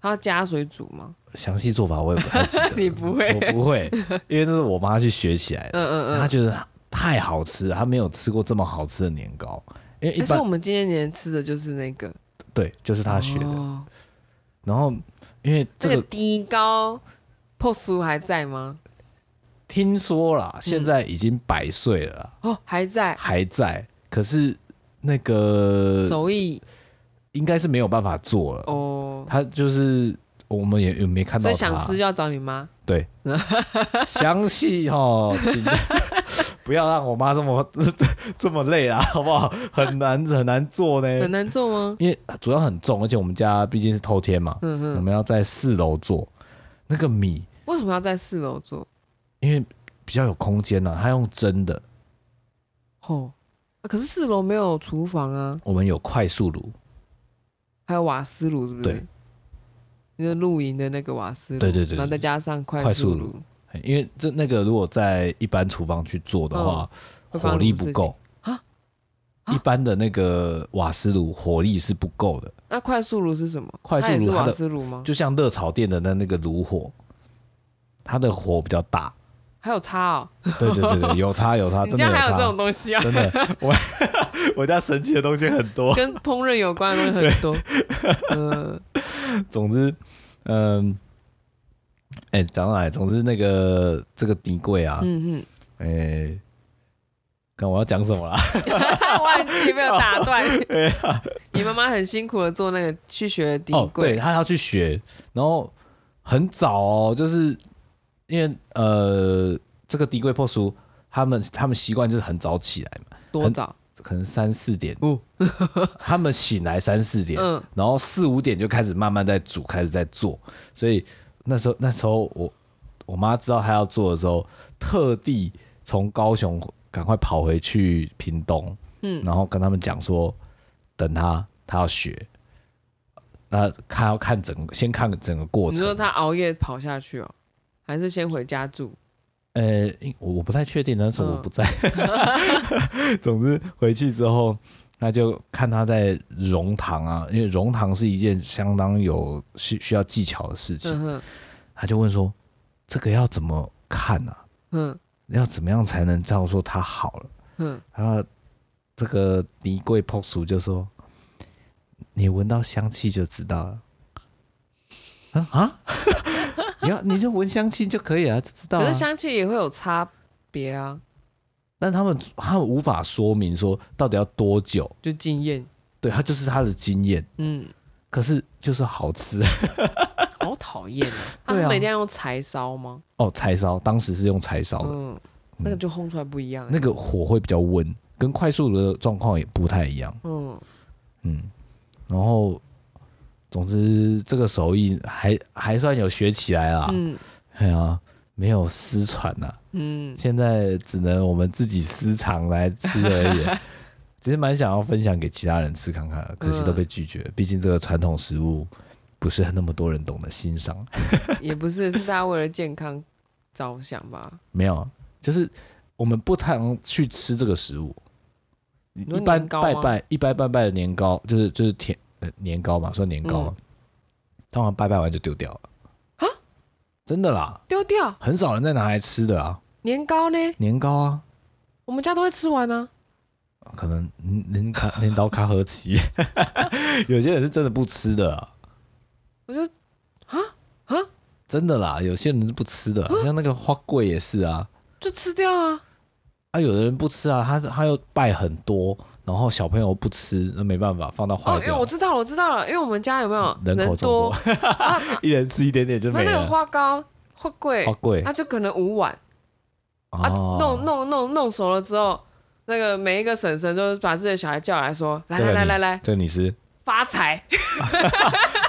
S3: 他要加水煮吗？，
S1: 详细做法我也不太记得
S3: 你不会
S1: 呃我不会，因为那是我妈去学起来的。
S3: 嗯嗯
S1: 他
S3: 嗯。
S1: 觉得太好吃了，他没有吃过这么好吃的年糕，因为一
S3: 可是
S1: 般
S3: 我们今天年吃的就是那个
S1: 对就是他学的。
S3: 哦
S1: 然后因为这
S3: 这个
S1: 个
S3: 低高破叔还在吗？
S1: 听说
S3: 嗯
S1: 啦，现在已经百岁了啦，
S3: 哦，还在，
S1: 还在，可是那个
S3: 手艺
S1: 应该是没有办法做了。
S3: 哦，
S1: 他就是我们也也没看
S3: 所
S1: 到
S3: 以
S1: 他
S3: 想，吃就要找你妈。
S1: 对，详细哦，请不要让我妈这么 这么累啦，好不好？很难很难做呢，
S3: 很难做吗？嗯
S1: 因为主要很重，而且我们家毕竟是透天嘛，我们要在四楼做那个米，
S3: 为什么要在四楼做？
S1: 因为比较有空间呢、啊，它用蒸的，
S3: 哦，啊可是四楼没有厨房啊，
S1: 我们有快速炉，
S3: 还有瓦斯炉，是不是
S1: 对？
S3: 就是露营的那个瓦斯炉，
S1: 对对对对
S3: 然后再加上快
S1: 快
S3: 速
S1: 速
S3: 炉，
S1: 嘿因为这那个如果在一般厨房去做的话，
S3: 嗯会发生
S1: 火力
S3: 什么
S1: 不
S3: 事
S1: 够
S3: 啊
S1: 一般的那个瓦斯炉火力是不够的，
S3: 那快速炉是什么？
S1: 快速
S3: 它也是
S1: 炉它
S3: 瓦
S1: 的
S3: 斯炉吗？
S1: 就像热炒店的那那个炉火，它的火比较大。
S3: 还有叉哦，
S1: 对对对对，有差有差，
S3: 你
S1: 真
S3: 家
S1: 的
S3: 还有
S1: 差，
S3: 这种 东西啊？
S1: 真的，我我家神奇的东西很 多。
S3: 跟烹饪有关的东西很多。嗯，
S1: 总之，嗯、哎、讲到哪里？总之，那个这个底柜啊，
S3: 嗯
S1: 哎、看我要讲什么啦？
S3: 哼，忘记没有 打断。你妈妈很辛苦的做那个去学的
S1: 哦
S3: 底，
S1: 对
S3: 柜，
S1: 他要去学，然后很早哦，就是因为呃，这个底柜破书，他们他们习惯就是很早起来嘛，
S3: 多早？
S1: 可能三四点， 他们醒来三四点，
S3: 哦嗯
S1: 然后四五点就开始慢慢在煮，开始在做，所以那时候那时候我我妈知道她要做的时候，特地从高雄赶快跑回去屏东，
S3: 嗯
S1: 然后跟他们讲说，等她她要学，那看要看整个先看整个过
S3: 你说
S1: 程，
S3: 她熬夜跑下去哦，还是先回家住？
S1: 呃，因我我不太确定，那时候我
S3: 嗯
S1: 不 在， 总之回去之后。那就看她在融糖啊，因为融糖是一件相当有需需要技巧的事情。
S3: 嗯哼，
S1: 他就问说：“这个要怎么看呢、啊？
S3: 嗯
S1: 要怎么样才能叫做它好了
S3: 嗯，？”
S1: 然后这个泥贵破叔就说：“你闻到香气就知道了。”啊啊！ 你要你就闻香气就可以了，就知道、
S3: 可
S1: 啊
S3: 是。香气也会有差别啊，
S1: 但他们他们无法说明说到底要多久，
S3: 就经验。
S1: 对，它就是它的经验，
S3: 嗯，
S1: 可是就是好吃
S3: 好讨厌 啊！他
S1: 对啊
S3: 们一定要用柴烧吗？
S1: 哦。柴烧当时是用柴烧的，
S3: 嗯，那个就烘出来不一样欸。
S1: 那个火会比较温，跟快速的状况也不太一样。
S3: 嗯，
S1: 嗯，然后总之这个手艺还还算有学起来啦，
S3: 嗯
S1: 哎呀、没有失传啊呐、
S3: 嗯，
S1: 现在只能我们自己私藏来吃而 已。其实蛮想要分享给其他人吃看看的，可惜都被拒绝。毕竟这个传统食物不是那么多人懂得欣赏。
S3: 也不是，是大家为了健康着想吧？
S1: 没有，就是我们不常去吃这个食物。
S3: 说
S1: 一般
S3: 年糕
S1: 拜
S3: 吗
S1: 拜，一般拜拜的年糕就是就是甜呃年糕
S3: 嗯
S1: 嘛，算年糕嘛，通常拜拜完就丢掉了。真的啦，
S3: 丢掉
S1: 很少人在拿来吃的啊。
S3: 年糕呢？
S1: 年糕啊，
S3: 我们家都会吃完啊。
S1: 可能年年卡年糕卡和奇， 有些人是真的不吃的、啊，
S3: 我就啊
S1: 真的啦，有些人是不吃的啊、像那个花桂也是啊。
S3: 就吃掉啊。
S1: 啊，有的人不吃啊，他他又拜很多，然后小朋友不吃，那没办法，放到坏
S3: 哦，因为
S1: 掉。
S3: 我知道了，我知道了，因为我们家有没有
S1: 人口众
S3: 多
S1: 多？， 一人吃一点点就
S3: 那
S1: 没
S3: 那个
S1: 了。
S3: 花糕、花桂
S1: 花，桂
S3: 它就可能五碗啊，
S1: 哦
S3: 弄弄弄弄熟了之后，那个每一个婶婶就是把自己的小孩叫来说，来
S1: 这个
S3: 来来
S1: 你
S3: 来来，
S1: 这个你吃
S3: 发财，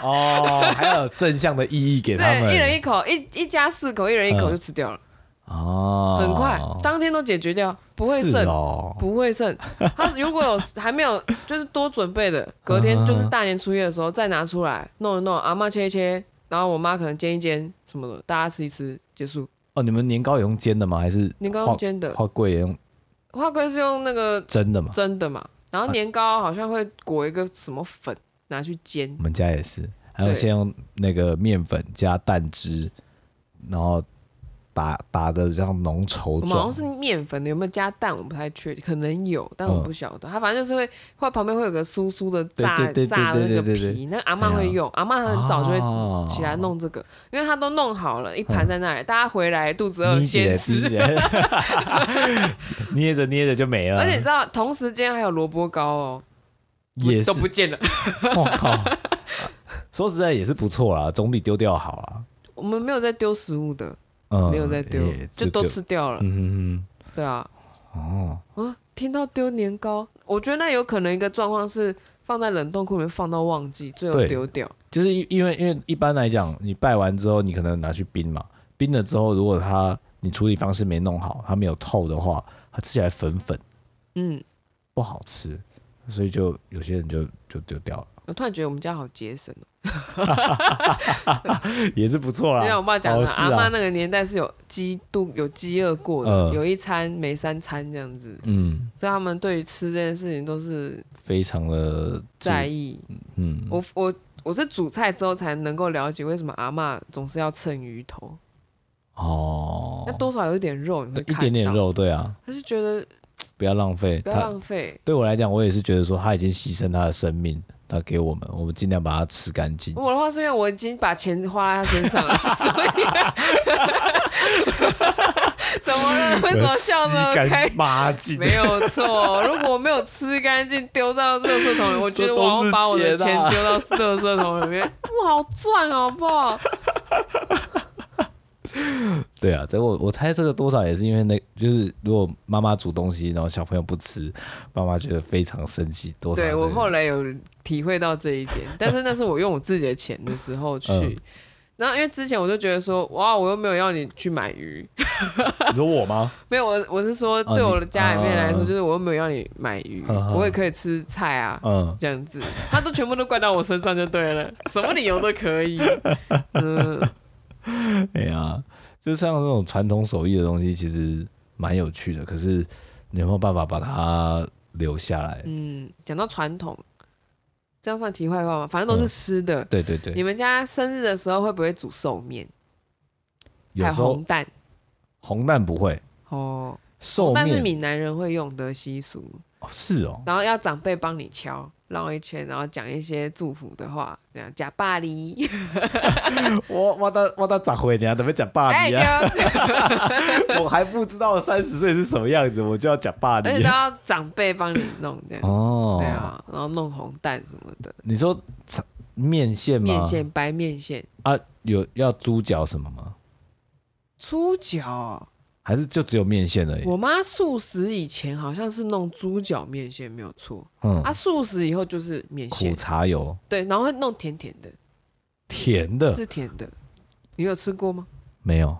S1: 哦， 还有正向的意义给他们，
S3: 对，一人一口，一一家四口，一人一口
S1: 嗯
S3: 就吃掉了，
S1: 哦，
S3: 很快，当天都解决掉，不会
S1: 是
S3: 剩。
S1: 哦，
S3: 不会剩，他如果有还没有，就是多准备 的，隔天就是大年初一的时候再拿出来弄一弄，阿妈切一切，然后我妈可能煎一煎什么的，大家吃一吃，结束。
S1: 哦，你们年糕也用煎的吗？还是
S3: 年糕用煎的
S1: 花花桂也用
S3: 花龟是用那个
S1: 蒸的吗？
S3: 蒸的嘛，然后年糕好像会裹一个什么粉拿去煎
S1: 我，们家也是，还有
S3: 对
S1: 先用那个面粉加蛋汁，然后打打的像浓稠
S3: 我们好
S1: 状
S3: 像，是面粉的，有没有加蛋我不太确定，可能有，但我
S1: 嗯
S3: 不晓得。它反正就是会，会旁边会有个酥酥的
S1: 对
S3: 炸
S1: 对对对
S3: 炸的那
S1: 对
S3: 个
S1: 对对
S3: 皮，那个阿妈
S1: 哎
S3: 会
S1: 呀
S3: 用，阿妈很早就会
S1: 哦嗯
S3: 起来弄这个，因为他都弄好了，一盘在那里，大家回来肚子饿
S1: 捏
S3: 先
S1: 起来
S3: 吃。
S1: 啊捏起来 捏着捏着就没了，
S3: 而且你知道，同时间还有萝卜糕哦，不
S1: 嗯也是
S3: 都不见了。
S1: 我靠，说实在也是不错啦，总比丢掉好啦。
S3: 我们没有在丢食物的，
S1: 嗯，
S3: 没有在丢
S1: 也，
S3: 就都。吃掉了。
S1: 嗯嗯
S3: 对啊，
S1: 嗯，哦，
S3: 啊，听到丢年糕，我觉得那有可能一个状况是放在冷冻库里面放到忘记，最后
S1: 对
S3: 丢掉。
S1: 就是因因为因为一般来讲，你拜完之后，你可能拿去冰嘛，冰了之后，如果它你处理方式没弄好，它没有透的话，它吃起来粉粉
S3: 嗯，
S1: 不好吃，所以就有些人就就丢掉了，
S3: 我突然觉得我们家好节省哦。
S1: 也是不错啦。
S3: 就像我爸讲
S1: 啊好
S3: 的，
S1: 事
S3: 阿妈
S1: 啊，
S3: 那个年代是有饥肚、有饥饿过的，
S1: 嗯
S3: 有一餐没三餐这样子，
S1: 嗯，
S3: 所以他们对于吃这件事情都是
S1: 非常的
S3: 在意。
S1: 嗯，
S3: 我我我是煮菜之后才能够了解为什么阿嬷总是要蹭鱼头，
S1: 哦
S3: 那，多少有一点肉，你会
S1: 一
S3: 看
S1: 点点
S3: 到，
S1: 肉，对啊，
S3: 他就觉得
S1: 不要浪费，
S3: 不要
S1: 它
S3: 浪费。
S1: 对我来讲，我也是觉得说他已经牺牲他的生命，他给我们，我们尽量把它吃干净。
S3: 我的话是因为我已经把钱花在他身上了，所以怎么了？为什么笑呢？开
S1: 妈净
S3: 没有错，如果我没有吃干净丢到垃圾桶里，我觉得我要把我的
S1: 这都是钱
S3: 钱
S1: 啊
S3: 丢到垃圾桶里面，不好赚，哦好不好？
S1: 对啊，这我我猜这个多少也是因为那，就是如果妈妈煮东西，然后小朋友不吃，妈妈觉得非常生气。多少
S3: 对
S1: 这
S3: 我
S1: 个
S3: 后来有体会到这一点， 但是那是我用我自己的钱的时候去。
S1: 嗯
S3: 然后，因为之前我就觉得说，哇，我又没有要你去买鱼，
S1: 你说我吗？
S3: 没有，我我是说，
S1: 哦
S3: 对
S1: 你
S3: 我的家里面来说，
S1: 嗯
S3: 就是我又没有要你买鱼，
S1: 嗯嗯
S3: 我也可以吃菜啊，
S1: 嗯，
S3: 这样子，他都全部都怪到我身上就对了， 什么理由都 可以。嗯，
S1: 哎呀、就像这种传统手艺的东西，其实蛮有趣的，可是你有没有办法把它留下来？
S3: 嗯，讲到传统，这样算题外话吗？反正都是
S1: 嗯
S3: 吃的。
S1: 对对对
S3: 你，们家生日的时候会不会煮寿面，
S1: 有
S3: 还有
S1: 时候
S3: 红蛋？
S1: 红蛋不会，
S3: 哦，
S1: 寿
S3: 但是
S1: 面
S3: 闽南人会用的习俗，
S1: 哦是哦，
S3: 然后要长辈帮你敲，绕一圈，然后讲一些祝福的话，这样假巴黎，
S1: 我我到我到咋回你啊？怎么讲霸
S3: 哎啊
S1: 凌
S3: 对
S1: 啊？
S3: 哦，
S1: 我还不知道三十岁是什么样子，我就要讲啊霸
S3: 而且
S1: 凌
S3: 都。要长辈帮你弄这样子，
S1: 哦
S3: 对，啊，然后弄红蛋什么的，
S1: 你说茶面线吗？
S3: 面线白面线，
S1: 啊，有要猪脚什么吗？
S3: 猪脚，啊
S1: 还是就只有面线而已？
S3: 我妈素食以前好像是弄猪脚面线没有错，
S1: 嗯，
S3: 啊，素食以后就是面
S1: 苦
S3: 线，
S1: 茶油，
S3: 对，然后会弄甜甜的，
S1: 甜的
S3: 是甜的，你有吃过吗？
S1: 没有，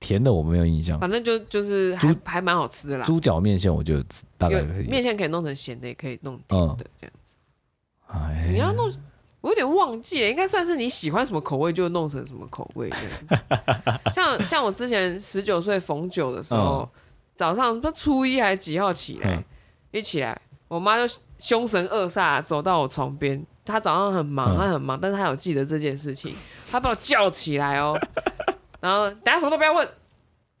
S1: 甜的我没有印象。
S3: 反正就就是还
S1: 猪
S3: 还蛮好吃的啦。
S1: 猪脚面线我就大概
S3: 有
S1: 可以。嗯
S3: 面线可以弄成咸的，也可以弄甜的，这样子。
S1: 哎
S3: 你要弄，我有点忘记了，应该算是你喜欢什么口味就弄成什么口味这样子。像像我之前十九岁逢九的时候，早上不初一还几号起来
S1: 嗯，
S3: 一起来，我妈就凶神恶煞走到我床边。她早上很忙，
S1: 嗯
S3: 她很忙，但是她有记得这件事情，她把我叫起来哦， 然后等下什么都不要问，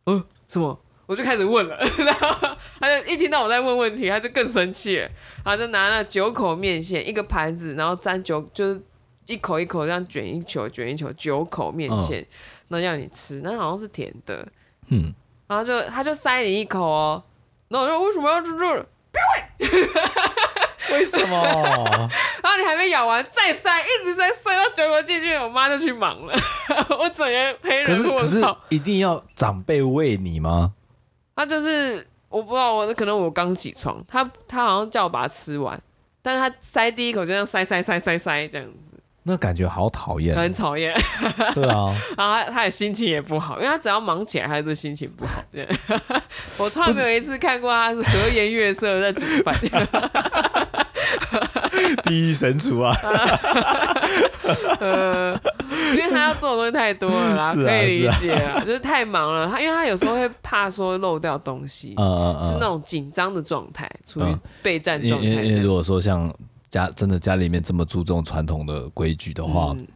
S3: 呃，什么？我就开始问了， 然后他就一听到我在问问题，他就更生气了，然后就拿了九口面线一个盘子，然后沾九就是一口一口这样卷一球卷一球九口面线，那、让你吃，那好像是甜的，
S1: 嗯，
S3: 然后就他就塞你一口哦，然后我说为什么要吃这个？
S1: 为什么？
S3: 然后你还没咬完，再塞，一直在塞到九口进去，我妈就去忙了， 我整个黑
S1: 可
S3: 人
S1: 是
S3: 问
S1: 可是
S3: 号，
S1: 一定要长辈喂你吗？
S3: 他就是我不知道，我可能我刚起床，他他好像叫我把它吃完，但是他塞第一口就这样塞塞塞塞塞这样子，
S1: 那感觉好讨厌，
S3: 很讨厌。
S1: 对啊，
S3: 然后他他也心情也不好，因为他只要忙起来，他就心情不好。这样 我从来没有一次看过他是和颜悦色地在煮 饭，
S1: 地狱神厨 啊，
S3: 呃，因为他要做的东西太多了啦，
S1: 是啊
S3: 可以理解啊，就是太忙了。他因为他有时候会怕说漏掉 东西，
S1: 嗯
S3: 是
S1: 嗯
S3: 那
S1: 嗯，
S3: 种紧张的状态，处于
S1: 嗯
S3: 备战
S1: 因
S3: 状
S1: 为因为
S3: 态这
S1: 因为
S3: 样。
S1: 如果说像家真的家里面这么注重传统的规矩的话，
S3: 嗯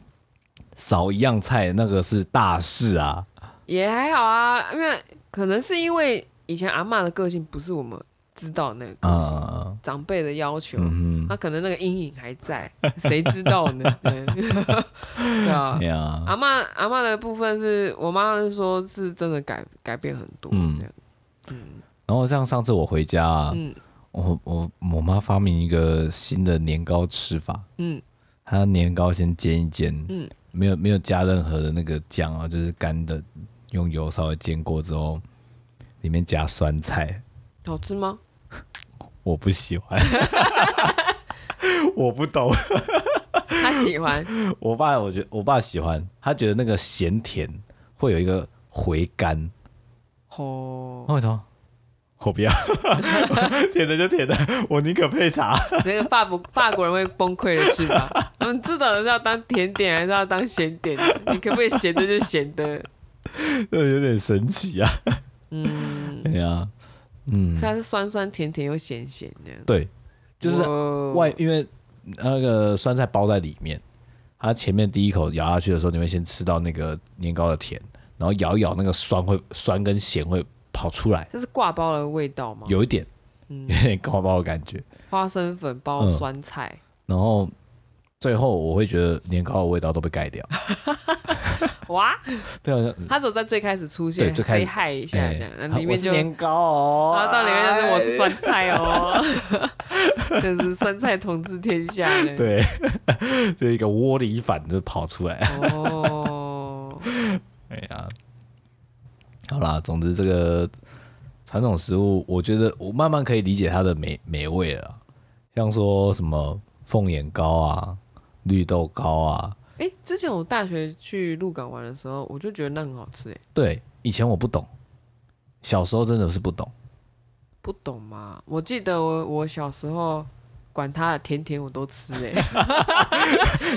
S1: 少一样菜那个是大事啊，
S3: 也还好啊，因为可能是因为以前阿嬷的个性不是我们知道的那个个性，
S1: 嗯
S3: 长辈的要求，
S1: 嗯
S3: 她可能那个阴影还在，谁知道呢？ 对对 啊
S1: 嗯，，呀，
S3: 阿嬷阿嬷的部分是我妈是说是真的改改变很多，
S1: 嗯
S3: 这样
S1: 然后像上次我回家啊，
S3: 嗯
S1: 我我我妈发明一个新的年糕吃法，
S3: 嗯
S1: 它年糕先煎一煎，
S3: 嗯
S1: 没有没有加任何的那个酱啊，就是干的，用油稍微煎过之后，里面加酸菜，
S3: 好吃吗？
S1: 我不喜 欢，我不懂，
S3: 她喜欢
S1: 我爸我觉得我爸喜欢，他觉得那个咸甜会有一个回甘，
S3: 哦，
S1: 那为什么？我不要， 甜的就甜的，我宁可配茶。
S3: 那个法国法国人会崩溃的吃法，我们知道的是要当甜点还是要当咸点的，你可不可以咸的就咸的？
S1: 这呃有点神奇啊。
S3: 嗯。
S1: 对啊，嗯，
S3: 所以它是酸酸甜甜又咸咸的，
S1: 对，就是外
S3: 外，
S1: 因为那个酸菜包在里面，它前面第一口咬下去的时候，你会先吃到那个年糕的甜，然后咬一咬那个酸会酸跟咸会跑出来，
S3: 这是挂包的味道吗？
S1: 有一点
S3: 嗯
S1: 有点高包的感觉。
S3: 花生粉包
S1: 嗯
S3: 酸菜，
S1: 然后最后我会觉得年糕的味道都被盖 掉。
S3: 哇！
S1: 对啊，
S3: 它只有在最开始出现，
S1: 对最开始
S3: 被害一下
S1: 哎
S3: 这样，然后里
S1: 我
S3: 面
S1: 是
S3: 就，然
S1: 年糕哦，
S3: 后到里面就是我是
S1: 哎
S3: 酸菜哦， 就是酸菜统治天下的。
S1: 哎对， 这一个窝里反就跑出来。
S3: 哦，
S1: 哎呀，好啦，总之这个传统食物，我觉得我慢慢可以理解它的美美味了啊。像说什么凤眼糕啊、绿豆糕啊，
S3: 哎，之前我大学去鹿港玩的时候，我就觉得那很好吃，哎，
S1: 对，以前我不懂，小时候真的是不懂。
S3: 不懂吗？我记得我我小时候。管它的甜甜我都吃 哎、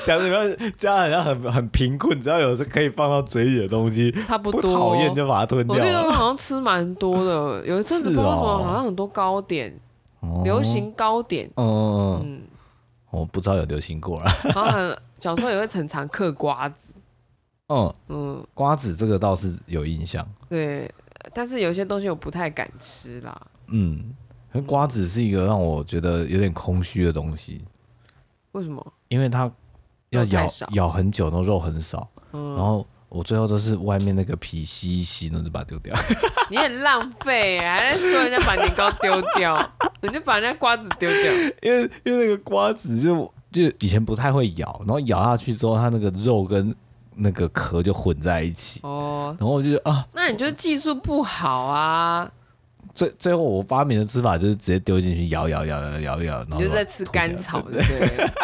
S1: 讲什么家好像很很贫困，只要有是可以放到嘴里的东西，
S3: 差不
S1: 不
S3: 多。
S1: 讨厌就把它吞
S3: 我
S1: 掉
S3: 绿豆
S1: 了。
S3: 糕好像吃蛮多的，有一阵子不知道为什么，
S1: 是哦
S3: 好像很多糕点，流行糕点，
S1: 哦，嗯嗯嗯，
S3: 嗯，
S1: 我不知道有流行过啦。
S3: 然后很小时候也会很常嗑瓜子，
S1: 嗯，
S3: 嗯，
S1: 瓜子这个倒是有印象。
S3: 对，但是有一些东西我不太敢吃啦，
S1: 嗯，可是瓜子是一个让我觉得有点空虚的东西。
S3: 为什么？
S1: 因为它要
S3: 肉太
S1: 咬
S3: 少嗯
S1: 咬很久，然后肉很少，然后我最后都是外面那个皮吸一吸，然后就把它丢掉。
S3: 你很浪费、啊，还在说人家把年糕丢掉， 人家把人家瓜子丢掉。
S1: 因为因为那个瓜子就就以前不太会咬，然后咬下去之后，它那个肉跟那个壳就混在一起，
S3: 哦，
S1: 然后我就觉得啊，
S3: 那你就技术不好啊，
S1: 最最后我发明的吃法就是直接丢进去咬咬咬咬咬咬，然
S3: 你
S1: 后
S3: 就在吃甘草，对不对？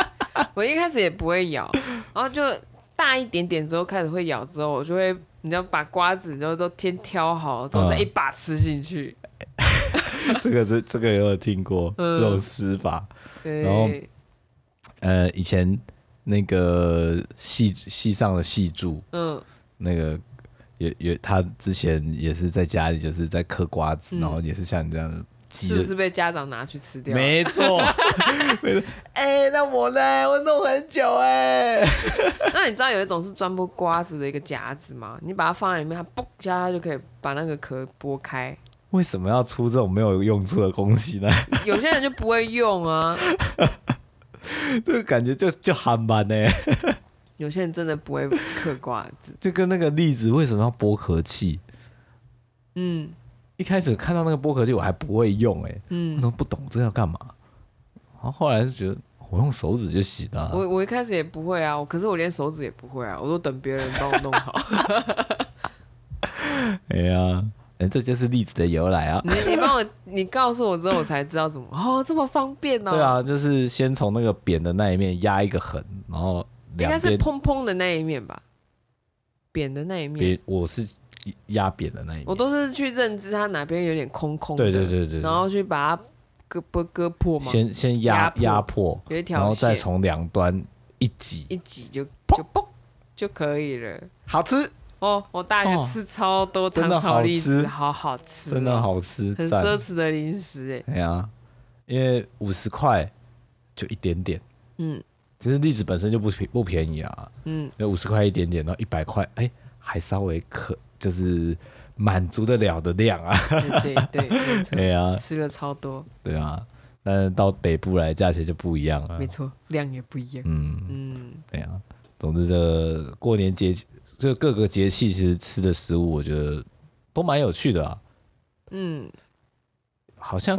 S3: 我一开始也不会咬，然后就大一点点之后开始会咬，之后我就会，你知道把瓜子之后都先挑好，之后
S1: 嗯
S3: 再一把吃进去。
S1: 这个是这个有听过
S3: 嗯
S1: 这种吃法，
S3: 对，
S1: 然后呃，以前那个系系上的系柱
S3: 嗯
S1: 那个。也也，他之前也是在家里，就是在嗑瓜子，
S3: 嗯
S1: 然后也是像你这样挤
S3: 是
S1: 着
S3: 不是被家长拿去吃掉？
S1: 没错，没错。哎、那我呢？我弄很久哎、
S3: 那你知道有一种是专剥瓜子的一个夹子吗？你把它放在里面，它嘣一下，它就可以把那个壳剥开。
S1: 为什么要出这种没有用处的东西呢？
S3: 有些人就不会用啊，
S1: 这个感觉就就韩版呢，
S3: 有些人真的不会嗑瓜子。
S1: 就跟那个栗子为什么要剥壳器？
S3: 嗯
S1: 一开始看到那个剥壳器我还不会用哎、我
S3: 嗯，
S1: 都不懂这个要干嘛。然后后来就觉得我用手指就行了、啊
S3: 我我一开始也不会啊，我可是我连手指也不会啊，我都等别人帮我弄好。
S1: 哎呀，哎，这就是栗子的由来啊。
S3: 你你帮我，你告诉我之后，我才知道怎么哦，这么方便哦。
S1: 对，啊，就是先从那个扁的那一面压一个痕，然后
S3: 应
S1: 两
S3: 该是
S1: 边
S3: 砰砰的那一面吧，扁的那一面。
S1: 扁，我是压扁的那一面。
S3: 我都是去认知它哪边有点空空的，
S1: 对对对对，
S3: 然后去把它割割割破嘛，
S1: 先先压
S3: 压
S1: 压迫，
S3: 有一条
S1: 然后再
S3: 线
S1: 从两端一挤，
S3: 一挤就就嘣就可以了。
S1: 好吃，
S3: 哦，我大学
S1: 哦
S3: 吃超多
S1: 真
S3: 糖
S1: 的
S3: 炒
S1: 好
S3: 栗子，
S1: 吃
S3: 好好吃，哦
S1: 真的，好吃，
S3: 很
S1: 赞
S3: 奢侈的零食 哎。
S1: 哎呀，因为五十块就一点点，
S3: 嗯
S1: 其实栗子本身就不便不便宜啊，
S3: 嗯，
S1: 那五十块一点点，然后一百块，哎，还稍微可就是满足得了的量啊，
S3: 对 对对，没错
S1: 对啊，
S3: 吃了超多，
S1: 对啊，但是到北部来价钱就不一样了
S3: 没，错，量也不一样。
S1: 嗯，
S3: 嗯，
S1: 对啊，总之这个过年节气，这各个节气其实吃的食物，我觉得都蛮有趣的啊。
S3: 嗯，
S1: 好像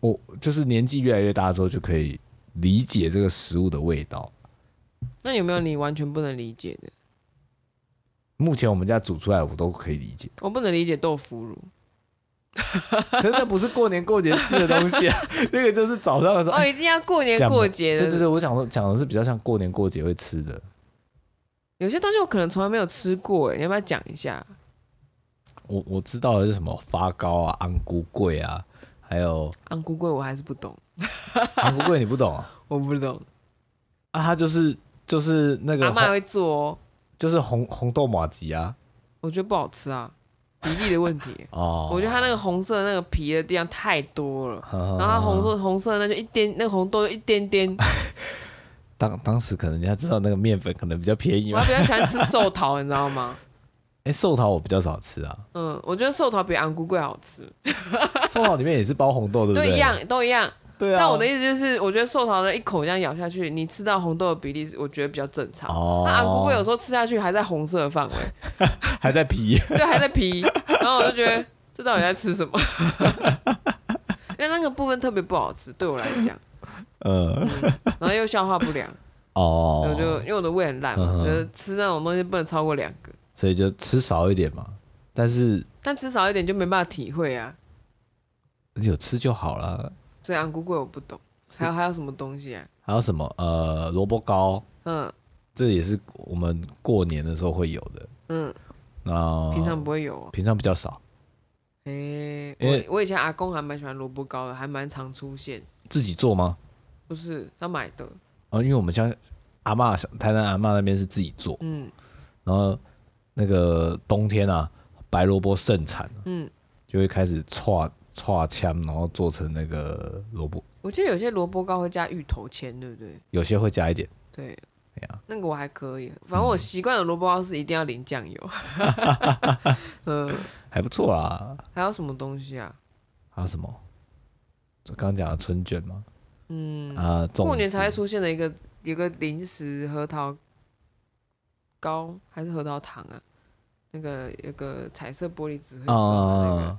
S1: 我就是年纪越来越大之后，就可以理解这个食物的味道。
S3: 那有没有你完全不能理解的？
S1: 目前我们家煮出来，我都可以理解，
S3: 我不能理解豆腐 乳。
S1: 可是那不是过年过节吃的东西啊， 那个就是早上的时候。
S3: 哦，一定要过年
S1: 讲吧
S3: 过节
S1: 对对
S3: 的，
S1: 对，我想说讲的是比较像过年过节会吃的，
S3: 有些东西我可能从来没有吃过哎，你要不要讲一下？
S1: 我我知道的是什么发糕啊、安菇桂啊，还有
S3: 安菇贵我还是不懂，
S1: 安菇桂你不懂啊，
S3: 我不懂。
S1: 啊它就是就是那
S3: 阿
S1: 个
S3: 妈
S1: 红
S3: 会做哦，
S1: 就是红红豆马吉啊，
S3: 我觉得不好吃啊，比例的问题。
S1: 哦，
S3: 我觉得它那个红色的那个皮的地方太多了，
S1: 然
S3: 然后它红色红色的那就一点，那个红豆就一点 点。
S1: 当当时可能人家知道那个面粉可能比较便宜
S3: 我
S1: 嘛
S3: 还。比较喜欢吃寿桃，你知道吗？
S1: 哎、寿桃我比较少吃啊，
S3: 嗯，我觉得寿桃比昂菇贵好吃，
S1: 寿桃里面也是包红豆，对不
S3: 都
S1: 对？
S3: 一。样，都一样。
S1: 对啊。
S3: 但我的意思就是，我觉得寿桃的一口这样咬下去，你吃到红豆的比例，我觉得比较正常。
S1: 哦，
S3: 那昂菇贵有时候吃下去还在红色的范围，
S1: 还在皮，
S3: 对，还在皮，然后我就觉得这到底在吃什么？ 因为那个部分特别不好吃，对我来讲，
S1: 嗯，
S3: 然后又消化不良，
S1: 哦，
S3: 我就因为我的胃很烂
S1: 嗯
S3: 嘛，
S1: 哼
S3: 就是吃那种东西不能超过两个，
S1: 所以就吃少一点嘛，但是
S3: 但吃少一点就没办法体会啊。
S1: 有吃就好了。
S3: 所以昂菇贵我不懂，还有还有什么东西啊？
S1: 还有什么呃，萝卜糕，
S3: 嗯
S1: 这也是我们过年的时候会有的。
S3: 嗯，
S1: 那
S3: 平常不会有哦。
S1: 平常比较少，
S3: 诶、
S1: 因为
S3: 我我以前阿公还蛮喜欢萝卜糕的，还蛮常出现，
S1: 自己做吗？
S3: 不是他买的。
S1: 啊、因为我们家阿嬷台南阿嬷那边是自己做，
S3: 嗯
S1: 然后那个冬天啊，白萝卜盛产，
S3: 嗯，
S1: 就会开始串串枪，然后做成那个萝卜，
S3: 我记得有些萝卜糕会加芋头签，对不对？
S1: 有些会加一点。
S3: 对。
S1: 哎呀
S3: 那个我还可以，反正我习惯的萝卜糕是一定要淋酱油。 嗯，
S1: 还不错啦。
S3: 还有什么东西啊？
S1: 还有什么？我刚刚讲的春卷嘛，
S3: 嗯，
S1: 啊，粽
S3: 过年才会
S1: 子
S3: 出现的一个有个零食核桃糕还是核桃糖啊，那个有个彩色玻璃纸会装的那个，
S1: 啊，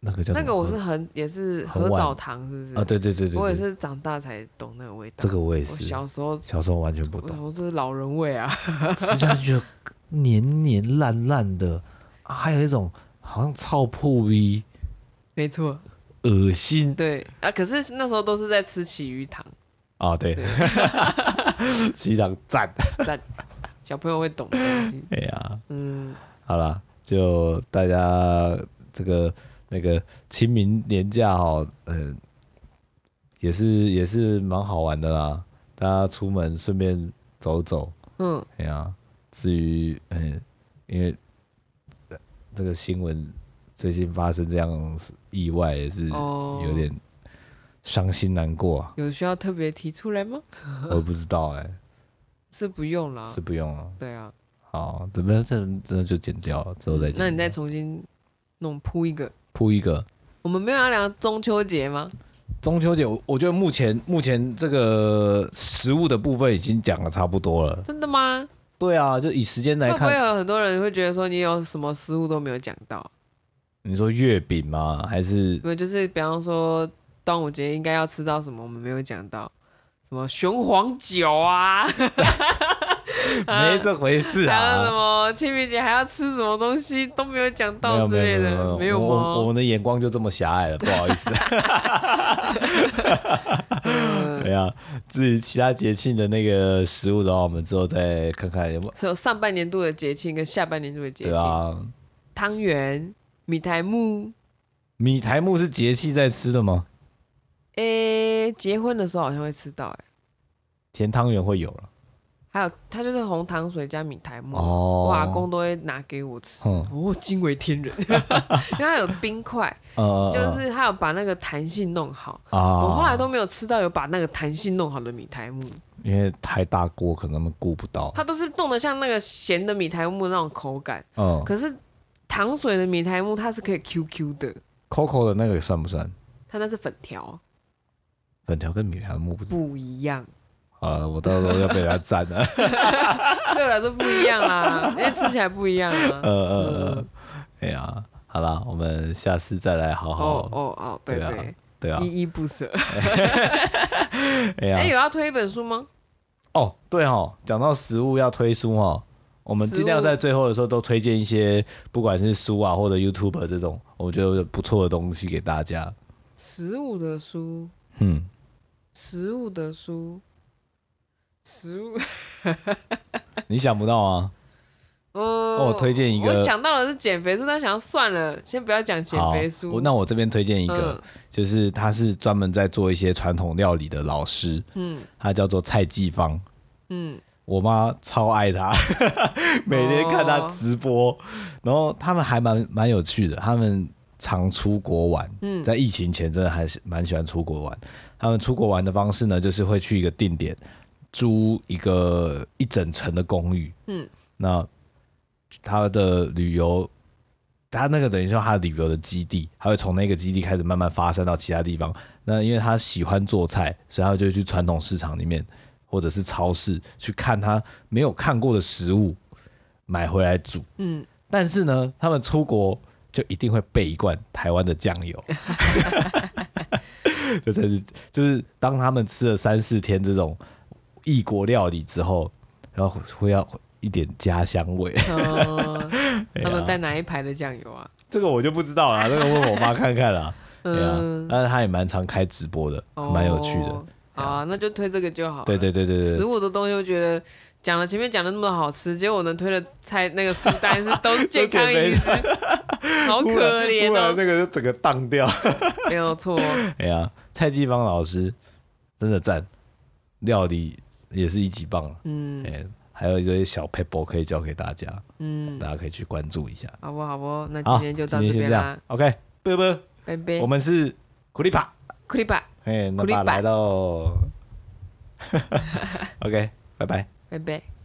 S1: 那个叫
S3: 那
S1: 什
S3: 个
S1: 么
S3: 我是很也是
S1: 很
S3: 核
S1: 晚
S3: 枣糖是不是？
S1: 啊，对对对对对，
S3: 我也是长大才懂那个味道。
S1: 这个我也
S3: 我
S1: 是，
S3: 小时候
S1: 小时候完全不
S3: 我
S1: 懂，
S3: 我这是老人味啊，
S1: 吃下去就黏黏烂烂的，啊还有一种好像臭破逼，
S3: 没错，
S1: 恶心
S3: 对啊，可是那时候都是在吃起鱼糖，
S1: 啊！对， 机长赞，。
S3: 小朋友会懂的东西
S1: 哎呀，
S3: 嗯，
S1: 好啦，就大家这个那个清明年假哦，嗯、也是也是蛮好玩的啦，大家出门顺便走走，
S3: 嗯，
S1: 哎呀，至于嗯，因为呃这个新闻最近发生这样的意外，也是
S3: 哦，
S1: 有点伤心难过、 啊。
S3: 有需要特别提出来吗？
S1: 我不知道哎、
S3: 是不用啦，
S1: 是不用了。
S3: 对啊，
S1: 好，怎么样这这就剪掉了，之后再剪。
S3: 嗯那你再重新弄铺一个。
S1: 铺一个
S3: 我们没有要聊中秋节吗？
S1: 中秋节，我我觉得目前目前这个食物的部分已经讲的差不多了。
S3: 真的吗？
S1: 对啊，就以时间来
S3: 会不会
S1: 看，
S3: 有很多人会觉得说你有什么失误都没有讲到？
S1: 你说月饼吗？还是
S3: 没有，就是比方说端午节应该要吃到什么，我们没有讲到，什么雄黄酒啊，
S1: 没这回事
S3: 还有什
S1: 啊？
S3: 么清明节还要吃什么东西都没有讲
S1: 没
S3: 到
S1: 有
S3: 之
S1: 没
S3: 类
S1: 有没
S3: 的，没
S1: 有，
S3: 有啊
S1: 我我我
S3: 吗？
S1: 们的眼光就这么狭隘了，不好意 思。对啊，至于其他节庆的那个食物的话，我们之后再看看有没有。
S3: 所以有上半年度的节庆跟下半年度的节
S1: 对
S3: 庆，
S1: 啊，
S3: 汤圆、米苔木，
S1: 米苔木是节气在吃的吗？
S3: 诶、结婚的时候好像会吃到、诶，
S1: 甜汤圆会有了。
S3: 还有它就是红糖水加米苔木，
S1: 哦
S3: 我阿嗯公都会拿给我吃，
S1: 嗯
S3: 哦，惊为天人， 因为它有冰块，
S1: 呃，
S3: 就是它有把那个弹性弄好。
S1: 啊，
S3: 我后来都没有吃到有把那个弹性弄好的米苔木，
S1: 因为太大锅，可能他们顾不到。
S3: 它都是弄得像那个咸的米苔木那种口感。
S1: 嗯
S3: 可是糖水的米苔木它是可以 QQ 的，
S1: ，Coco 的那个算不算？
S3: 它那是粉条，
S1: 粉条跟米苔木不是？
S3: 不一样。
S1: 啊，我到时候要被人家赞了。
S3: 对我来说不一样 啦，因为吃起来不一样
S1: 呃
S3: 啊。
S1: 呃，呃 哎呀，好啦，我们下次再来好
S3: 哦
S1: 好。
S3: 哦哦，贝
S1: 对啊
S3: 贝，
S1: 对啊，
S3: 依依不舍。
S1: 哎
S3: 哎，
S1: 呀，
S3: 有要推一本书吗？
S1: 哦，对哦，讲到食物要推书哦。我们尽量
S3: 食物
S1: 在最后的时候都推荐一些，不管是书啊或者 YouTube 这种，我觉得不错的东西给大家。
S3: 食物的书，
S1: 嗯，
S3: 食物的书，食物。
S1: 你想不到啊？
S3: 哦
S1: 我推荐一个
S3: 我想到的是减肥书，但想要算了，先不要讲减
S1: 好
S3: 肥，书。
S1: 我那我这边推荐一个，
S3: 嗯
S1: 就是他是专门在做一些传统料理的老师，嗯，他叫做蔡继芳，
S3: 嗯，
S1: 我妈超爱他， 每天看他直播，然后他们还蛮蛮有趣的，他们常出国玩，嗯，在疫情前真的还是蛮喜欢出国玩。他们出国玩的方式呢，就是会去一个定点租一个一整层的公寓，嗯，那他的旅游。他那个等于说他的旅游的基地，他会从那个基地开始慢慢发散到其他地方。那因为他喜欢做菜，所以他就去传统市场里面或者是超市去看他没有看过的食物，买回来煮。嗯，但是呢，他们出国就一定会备一罐台湾的酱 油。 这才是，就是当他们吃了三四天这种异国料理之后，然后会要一点家乡味。
S3: 嗯他
S1: 哎呀
S3: 们带哪一排的酱油啊？
S1: 这个我就不知道 了，这个问我妈看看啦。对啊
S3: 嗯，
S1: 但是他也蛮常开直播的，蛮有趣的
S3: 哦。。好啊，那就推这个就好了。
S1: 对对对对对，
S3: 食物的东西，我觉得讲了前面讲的那么好吃，结果我能推的菜那个书单是都是健康饮 食，好
S1: 忽然
S3: 可怜
S1: 忽然
S3: 哦。
S1: 那个就整个荡掉。
S3: 没有错，
S1: 哎呀，蔡继芳老师真的赞，料理也是一级棒了。嗯，哎、还有一些小 paper 可以教给大家，嗯，大家可以去关注一下。
S3: 好不好不？那今
S1: 好，
S3: 天就到这
S1: 先
S3: 边啦
S1: 样，OK，拜拜。
S3: 拜拜。
S1: 我们是苦力怕，
S3: 库里吧，
S1: 哎，那
S3: 苦力
S1: 爸
S3: 怕
S1: 来到 ，OK，拜拜。
S3: 拜拜。